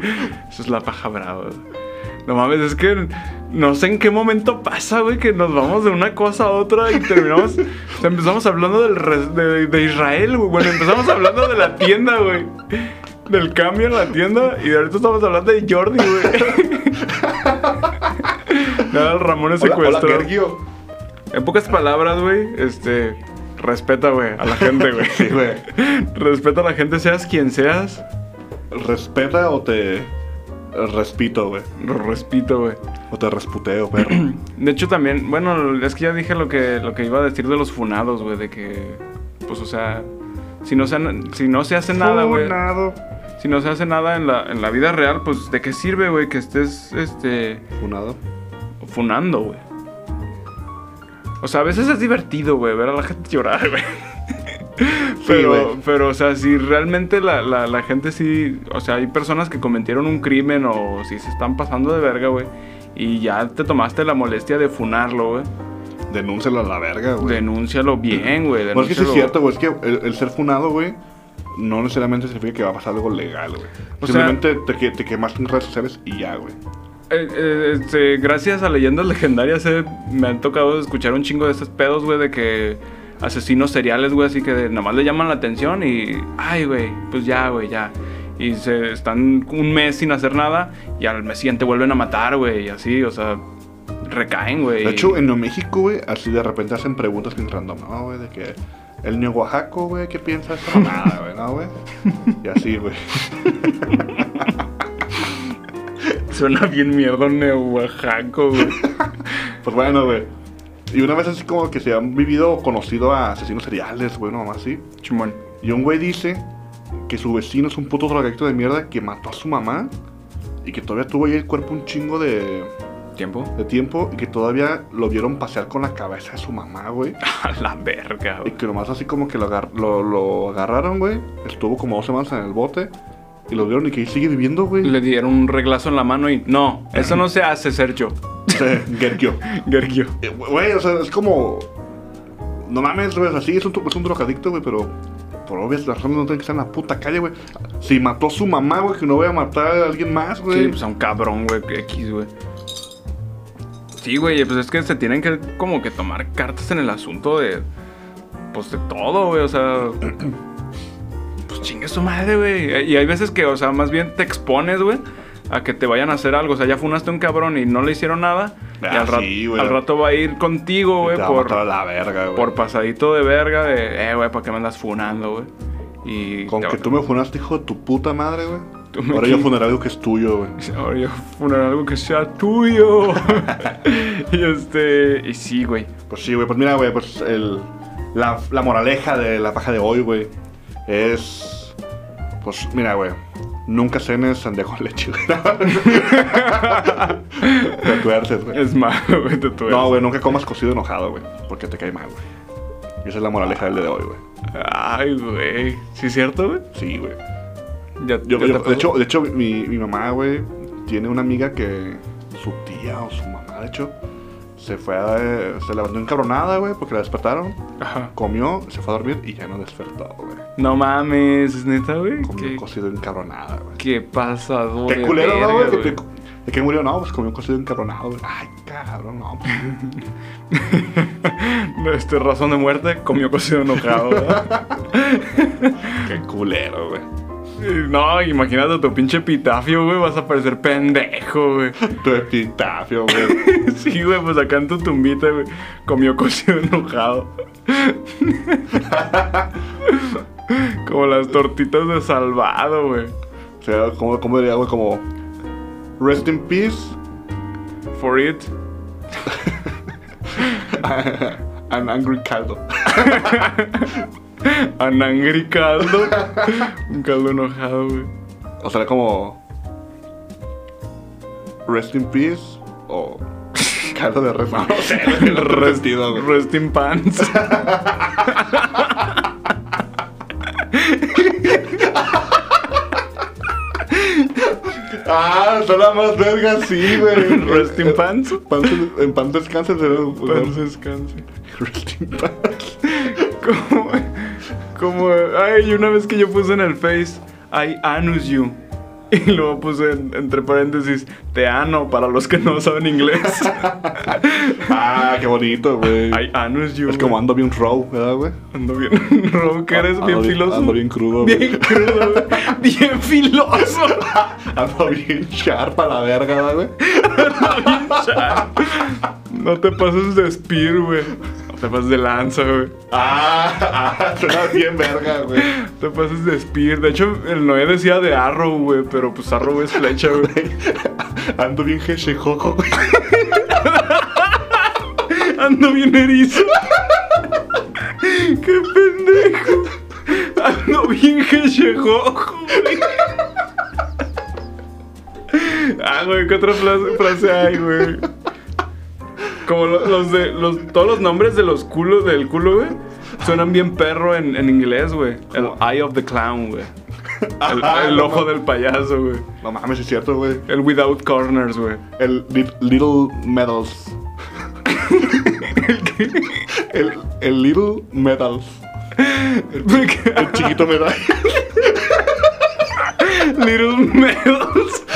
D: Eso es la paja brava. güey. No mames, es que no sé en qué momento pasa, güey, que nos vamos de una cosa a otra y terminamos. o sea, empezamos hablando del res- de, de Israel, güey. Bueno, empezamos hablando de la tienda, güey. Del cambio en la tienda y de ahorita estamos hablando de Jordi, güey.
A: <laughs>
D: Nada, el Ramón es
A: Hola, hola,
D: secuestrado.
A: Sergio.
D: en pocas palabras, güey, este. Respeta, güey, a la gente, güey.
A: <laughs> Sí, güey.
D: <laughs> Respeta a la gente, seas quien seas.
A: Respeta o te respito, güey.
D: Lo respeto, güey.
A: O te resputeo, perro.
D: De hecho, también, bueno, es que ya dije lo que, lo que iba a decir de los funados, güey, de que, pues, o sea, si no se, han- si no se hace <clears throat> nada, güey,
A: Funado.
D: si no se hace nada en la, en la vida real, pues, ¿de qué sirve, güey, que estés, este,
A: Funado.
D: funando, güey? O sea, a veces es divertido, güey, ver a la gente llorar, <laughs> güey.
A: Sí,
D: Pero,
A: güey.
D: pero, o sea, si realmente la, la- la gente sí. O sea, hay personas que cometieron un crimen o si se están pasando de verga, güey. Y ya te tomaste la molestia de funarlo, güey.
A: Denúncelo a la verga, güey.
D: Denúncialo bien, güey.
A: No Pues es que sí
D: denúncialo.
A: es cierto, güey. Es que el, el ser funado, güey, no necesariamente significa que va a pasar algo legal, güey.
D: O sea-
A: Simplemente te, que- te quemaste en redes sociales y ya, güey.
D: Eh, eh, este, gracias a leyendas legendarias eh, me han tocado escuchar un chingo de estos pedos, güey, de que asesinos seriales, güey, así que de- nada más le llaman la atención y, ay, güey, pues ya, güey, ya. Y se están un mes sin hacer nada y al mes siguiente vuelven a matar, güey, y así, o sea, recaen, güey.
A: De hecho, en Nuevo México, güey, así de repente hacen preguntas bien random, ¿no, güey? De que el New Oaxaco, güey, ¿qué piensa de esta mamada, güey? ¿No, güey? Y así, güey.
D: Suena bien mierda Neo
A: <laughs>
D: Oaxaco, güey.
A: Pues bueno, güey. Y una vez así como que se han vivido o conocido a asesinos seriales, güey, nomás así.
D: Chimón.
A: Y un güey dice que su vecino es un puto drogadicto de mierda que mató a su mamá y que todavía tuvo ahí el cuerpo un chingo de,
D: ¿Tiempo?
A: de tiempo y que todavía lo vieron pasear con la cabeza de su mamá, güey.
D: A la verga,
A: Y
D: güey.
A: que nomás así como que lo, agar- lo, lo agarraron, güey. Estuvo como dos semanas en el bote y lo vieron y que ahí sigue viviendo, güey.
D: Le dieron un reglazo en la mano y, no, eso no se hace, Sergio.
A: Sí, Gerkio.
D: Gergio.
A: Eh, Güey, o sea, es como. No mames, güey, así es un, es un drogadicto, güey, pero por obvias razones no tiene que estar en la puta calle, güey. Si mató a su mamá, güey, que no voy a matar a alguien más, güey.
D: Sí, pues a un cabrón, güey, que X, güey. Sí, güey, pues es que se tienen que como que tomar cartas en el asunto de. Pues de todo, güey, o sea. <clears throat> Pues chingue su madre, güey. Y hay veces que, o sea, más bien te expones, güey, a que te vayan a hacer algo. O sea, ya funaste a un cabrón y no le hicieron nada. y
A: Ah,
D: al, ra-
A: sí, güey.
D: al rato va a ir contigo,
A: Te
D: güey,
A: va a
D: por,
A: matar a la verga, güey.
D: por pasadito de verga de. Eh, güey, ¿para qué me andas funando, güey? Y.
A: Con
D: te va-
A: que tú me funaste, hijo de tu puta madre, güey.
D: <laughs> Tú me
A: Ahora yo
D: quis-
A: funaré algo que es tuyo,
D: <laughs>
A: güey.
D: Ahora yo funar algo que sea tuyo. <laughs> y este. Y sí, güey.
A: Pues sí, güey, pues mira, güey, pues el, la, la moraleja de la paja de hoy, güey, es... Pues mira, güey, nunca cenes sandejo con leche, güey. <laughs> Te tuerces, güey.
D: Es malo, güey, te tuerces.
A: No, güey, nunca comas cocido enojado, güey. Porque te cae mal, güey. Y esa es la moraleja del día de hoy, güey.
D: Ay, güey. ¿Sí es cierto, güey?
A: Sí, güey.
D: Ya,
A: Yo, yo-
D: ya te
A: de
D: pasó.
A: hecho, de hecho mi, mi mamá, güey, tiene una amiga que su tía o su mamá, de hecho, se fue a, eh, se levantó encabronada, güey, porque la despertaron.
D: Ajá.
A: Comió, se fue a dormir y ya no despertó, güey.
D: No mames, es neta, güey.
A: Comió
D: ¿Qué,
A: un cocido encabronada, güey.
D: qué pasado,
A: Qué
D: de
A: culero, ¿no,
D: verga,
A: güey? Que te- ¿De qué murió? No, pues comió un cocido encabronado, güey. Ay, cabrón, no. pues.
D: <laughs> Este, razón de muerte, comió cocido enojado, ¿verdad? <laughs>
A: Qué culero, güey.
D: Y No, imagínate tu pinche epitafio, güey. Vas a parecer pendejo, güey.
A: Tu epitafio, güey.
D: <laughs> Sí, güey, pues acá en tu tumbita, güey. Comió cocido <laughs> enojado. Como las tortitas de salvado, güey.
A: O sea, ¿cómo, cómo diría, güey? Como. Rest in peace. <laughs>
D: For it.
A: An angry caldo.
D: Anangri
A: <laughs>
D: caldo. Un caldo enojado, güey.
A: O sea, como. Rest in peace. O. <laughs> Caldo de res. No, no sé, güey, no tiene
D: Rest-
A: sentido, güey.
D: Rest in
A: <laughs>
D: pants.
A: Ah, son las más vergas, sí, güey.
D: Rest in pants.
A: Pan- en pan descansen,
D: Pants descanse.
A: <laughs> Rest in pants.
D: Como. Como. Ay, una vez que yo puse en el Face. I anus you. Y luego puse en- entre paréntesis. Te ano para los que no
A: <laughs>
D: saben inglés.
A: Ah, qué bonito, güey.
D: I anus you.
A: Es como ando bien raw, ¿verdad, güey?
D: Ando bien. <laughs> Robo, que eres
A: Ah, Ando
D: bien
A: bien-
D: filoso.
A: ando bien crudo, güey.
D: Bien
A: <laughs>
D: crudo, güey. Bien filoso.
A: Ando bien sharp a la verga, ¿verdad, güey.
D: No te pases de spear, güey. No te pases de lanza, güey.
A: Ah, <laughs> ah, suena bien verga, güey.
D: Te pases de spear. De hecho, el Noé decía de arrow, güey. Pero pues arrow es flecha, güey.
A: <laughs> Ando bien jejejojo, güey.
D: Ando bien erizo. ¡Qué pendejo! Ando bien jejejojo, güey. Ah, güey, ¿qué otra fla- frase hay, güey? Como lo- los de. Los, todos los nombres de los culos del culo, güey. Suenan bien perro en, en inglés, güey. El Eye of the Clown, güey. El,
A: Ajá,
D: el
A: no
D: ojo
A: mames.
D: del payaso, güey.
A: No mames, es cierto, güey.
D: El Without Corners, güey.
A: El li- Little Medals. <laughs> ¿El qué? El, Little Medals. El chiquito medal.
D: Little Medals. <laughs>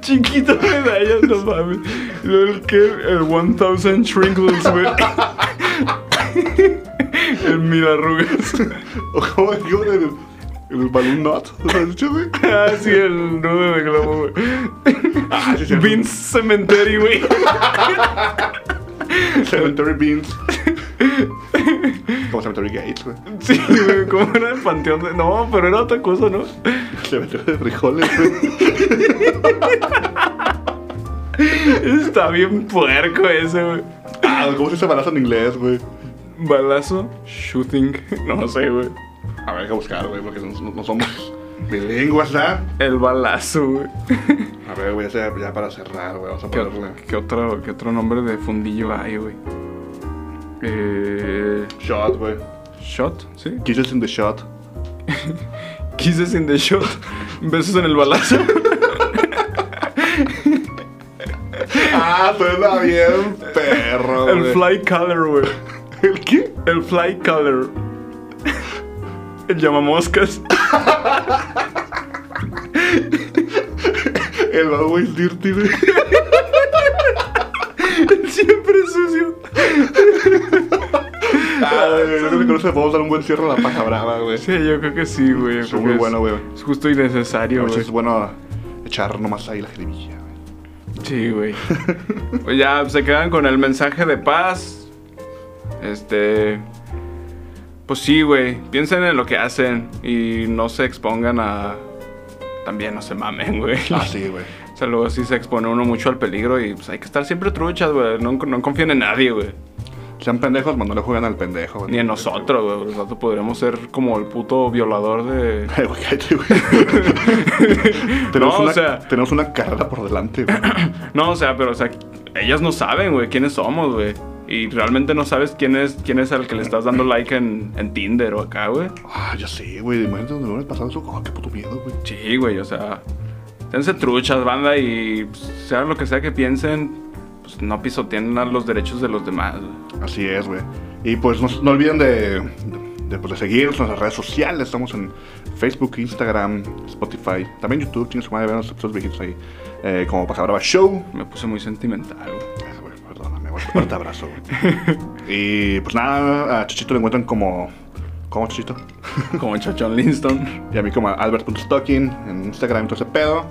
D: Chiquito medallas, no mames. Luego El que el 1000 Shrinkles, güey. <laughs> El mil arrugas.
A: ¿O cómo digo? El, el balloon knot. ¿Lo has dicho, güey?
D: <laughs> Ah, sí, el nudo de globo, güey.
A: Ah, sí, es cierto.
D: Vince Cemetery, güey. <laughs>
A: Cemetery Beans. Como Cemetery Gates, güey.
D: Sí, güey, como era el panteón de. No, pero era otra cosa, ¿no?
A: Cementerio de frijoles, güey.
D: Está bien puerco ese, güey.
A: Ah, ¿cómo se dice balazo en inglés, güey?
D: Balazo, shooting. <laughs> No sé, güey.
A: A ver, hay que buscar, güey, porque no, no- no somos bilingües, ¿verdad?
D: El balazo, güey.
A: A ver, güey, ya, ya para cerrar, güey, vamos a
D: ¿Qué,
A: ponerle.
D: qué otro, ¿Qué otro nombre de fundillo hay, güey? Eh.
A: Shot, güey.
D: Shot, ¿sí?
A: Kisses in the shot.
D: Kisses in the shot. <laughs> Besos en el <laughs> balazo.
A: Ah, suena bien, perro, güey.
D: <laughs> El fly color, güey.
A: ¿El qué?
D: El fly color. El llamamoscas. <laughs>
A: El always dirty, güey.
D: Siempre sucio. <laughs>
A: Ah, güey, yo creo que con eso podemos dar un buen cierre a la paja brava, güey.
D: Sí, yo creo que sí, güey. yo
A: Es
D: creo
A: muy
D: que
A: bueno, güey.
D: Es justo y
A: A
D: necesario,
A: veces
D: güey.
A: es bueno echar nomás ahí la jeribilla, güey.
D: Sí, güey. Pues ya se quedan con el mensaje de paz. Este. Pues sí, güey. Piensen en lo que hacen y no se expongan a. También no se mamen, güey.
A: Ah, sí, güey.
D: O sea, luego sí se expone uno mucho al peligro y pues hay que estar siempre truchas, güey. No, no confíen en nadie, güey.
A: Sean pendejos, cuando no le juegan al pendejo, güey.
D: Ni en nosotros, güey. Nosotros podríamos ser como el puto violador de.
A: Ay, güey, cállate,
D: <laughs>
A: güey. tenemos,
D: No, o
A: una,
D: sea-
A: tenemos una carrera por delante, güey.
D: No, o sea, pero o sea, ellas no saben, güey, quiénes somos, güey. Y realmente no sabes quién es quién es al que le estás dando like en, en Tinder o acá, güey.
A: Ah, ya sé, güey. Imagínate donde hubieran pasado eso. Oh, qué puto miedo, güey.
D: Sí, güey, o sea, tense truchas, banda, y pues, sea lo que sea que piensen, pues no pisoteen a los derechos de los demás, güey.
A: Así es, güey. Y pues no, no olviden de, de, pues, de seguirnos en las redes sociales. Estamos en Facebook, Instagram, Spotify, también YouTube. Tienes que ver nuestros viejitos ahí. Eh, como Paja Brava Show.
D: Me puse muy sentimental, güey.
A: Ah, güey, Perdóname, güey. Fuerte abrazo,
D: <laughs>
A: güey. Y pues nada, a Chichito lo encuentran como. ¿Cómo Chichito?
D: Como Chochón Linston.
A: Y a mí como Albert.stocking en Instagram y todo ese pedo.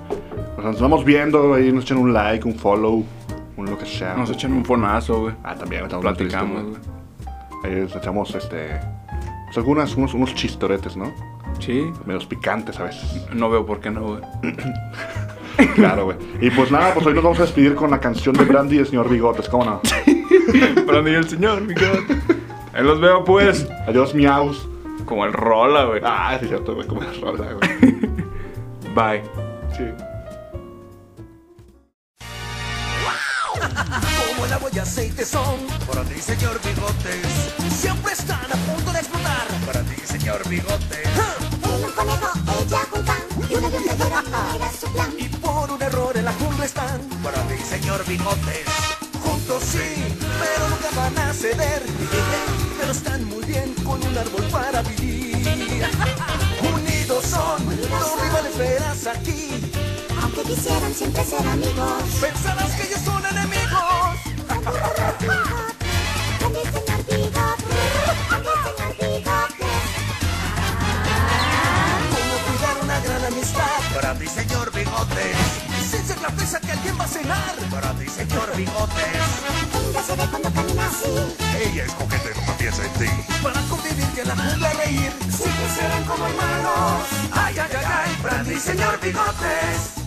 A: Pues nos vamos viendo. Ahí nos echen un like, un follow, un lo que sea.
D: Nos echan un fonazo, güey.
A: Ah, también estamos bien tristes,
D: Platicamos,
A: güey.
D: güey.
A: Ahí les echamos este. pues, algunas, unos, unos chistoretes, ¿no?
D: Sí,
A: Menos picantes a
D: <laughs>
A: veces.
D: no veo por qué no, güey.
A: Claro, güey. Y pues nada, pues hoy nos vamos a despedir con la canción de Brandy y el señor Bigotes, ¿cómo no?
D: Pero ni el señor, mi cabrón. Ahí los veo, pues.
A: Adiós, miaus.
D: Como el rola, güey.
A: Ah, sí, cierto, güey, como es rola, güey.
D: Bye.
A: Sí.
E: Como el agua y aceite son Para ti señor Bigotes Siempre están a punto de explotar Para ti señor Bigotes
F: En un conejo, ella juntan y uno de un tallero era su plan.
E: Y por un error en la jungla están Para ti señor Bigotes Juntos sí, pero nunca van a ceder Pero están muy bien con un árbol para vivir Unidos son, los rivales verás aquí
F: Aunque quisieran siempre ser amigos.
E: Pensarás que ellos son enemigos
F: Con el señor bigote, con el señor bigote.
E: Cómo cuidar una gran amistad
G: Para ti, señor Bigotes.
E: Sin ser la presa que alguien va a cenar
G: Para ti, señor Bigotes.
F: Linda se ve cuando camina así.
G: Ella es coqueta y no piensa en ti.
E: Para convivir y en la jungla reír
F: Siempre serán como hermanos.
E: <laughs> Ay, ay, ay, ay, Brandy, señor Bigotes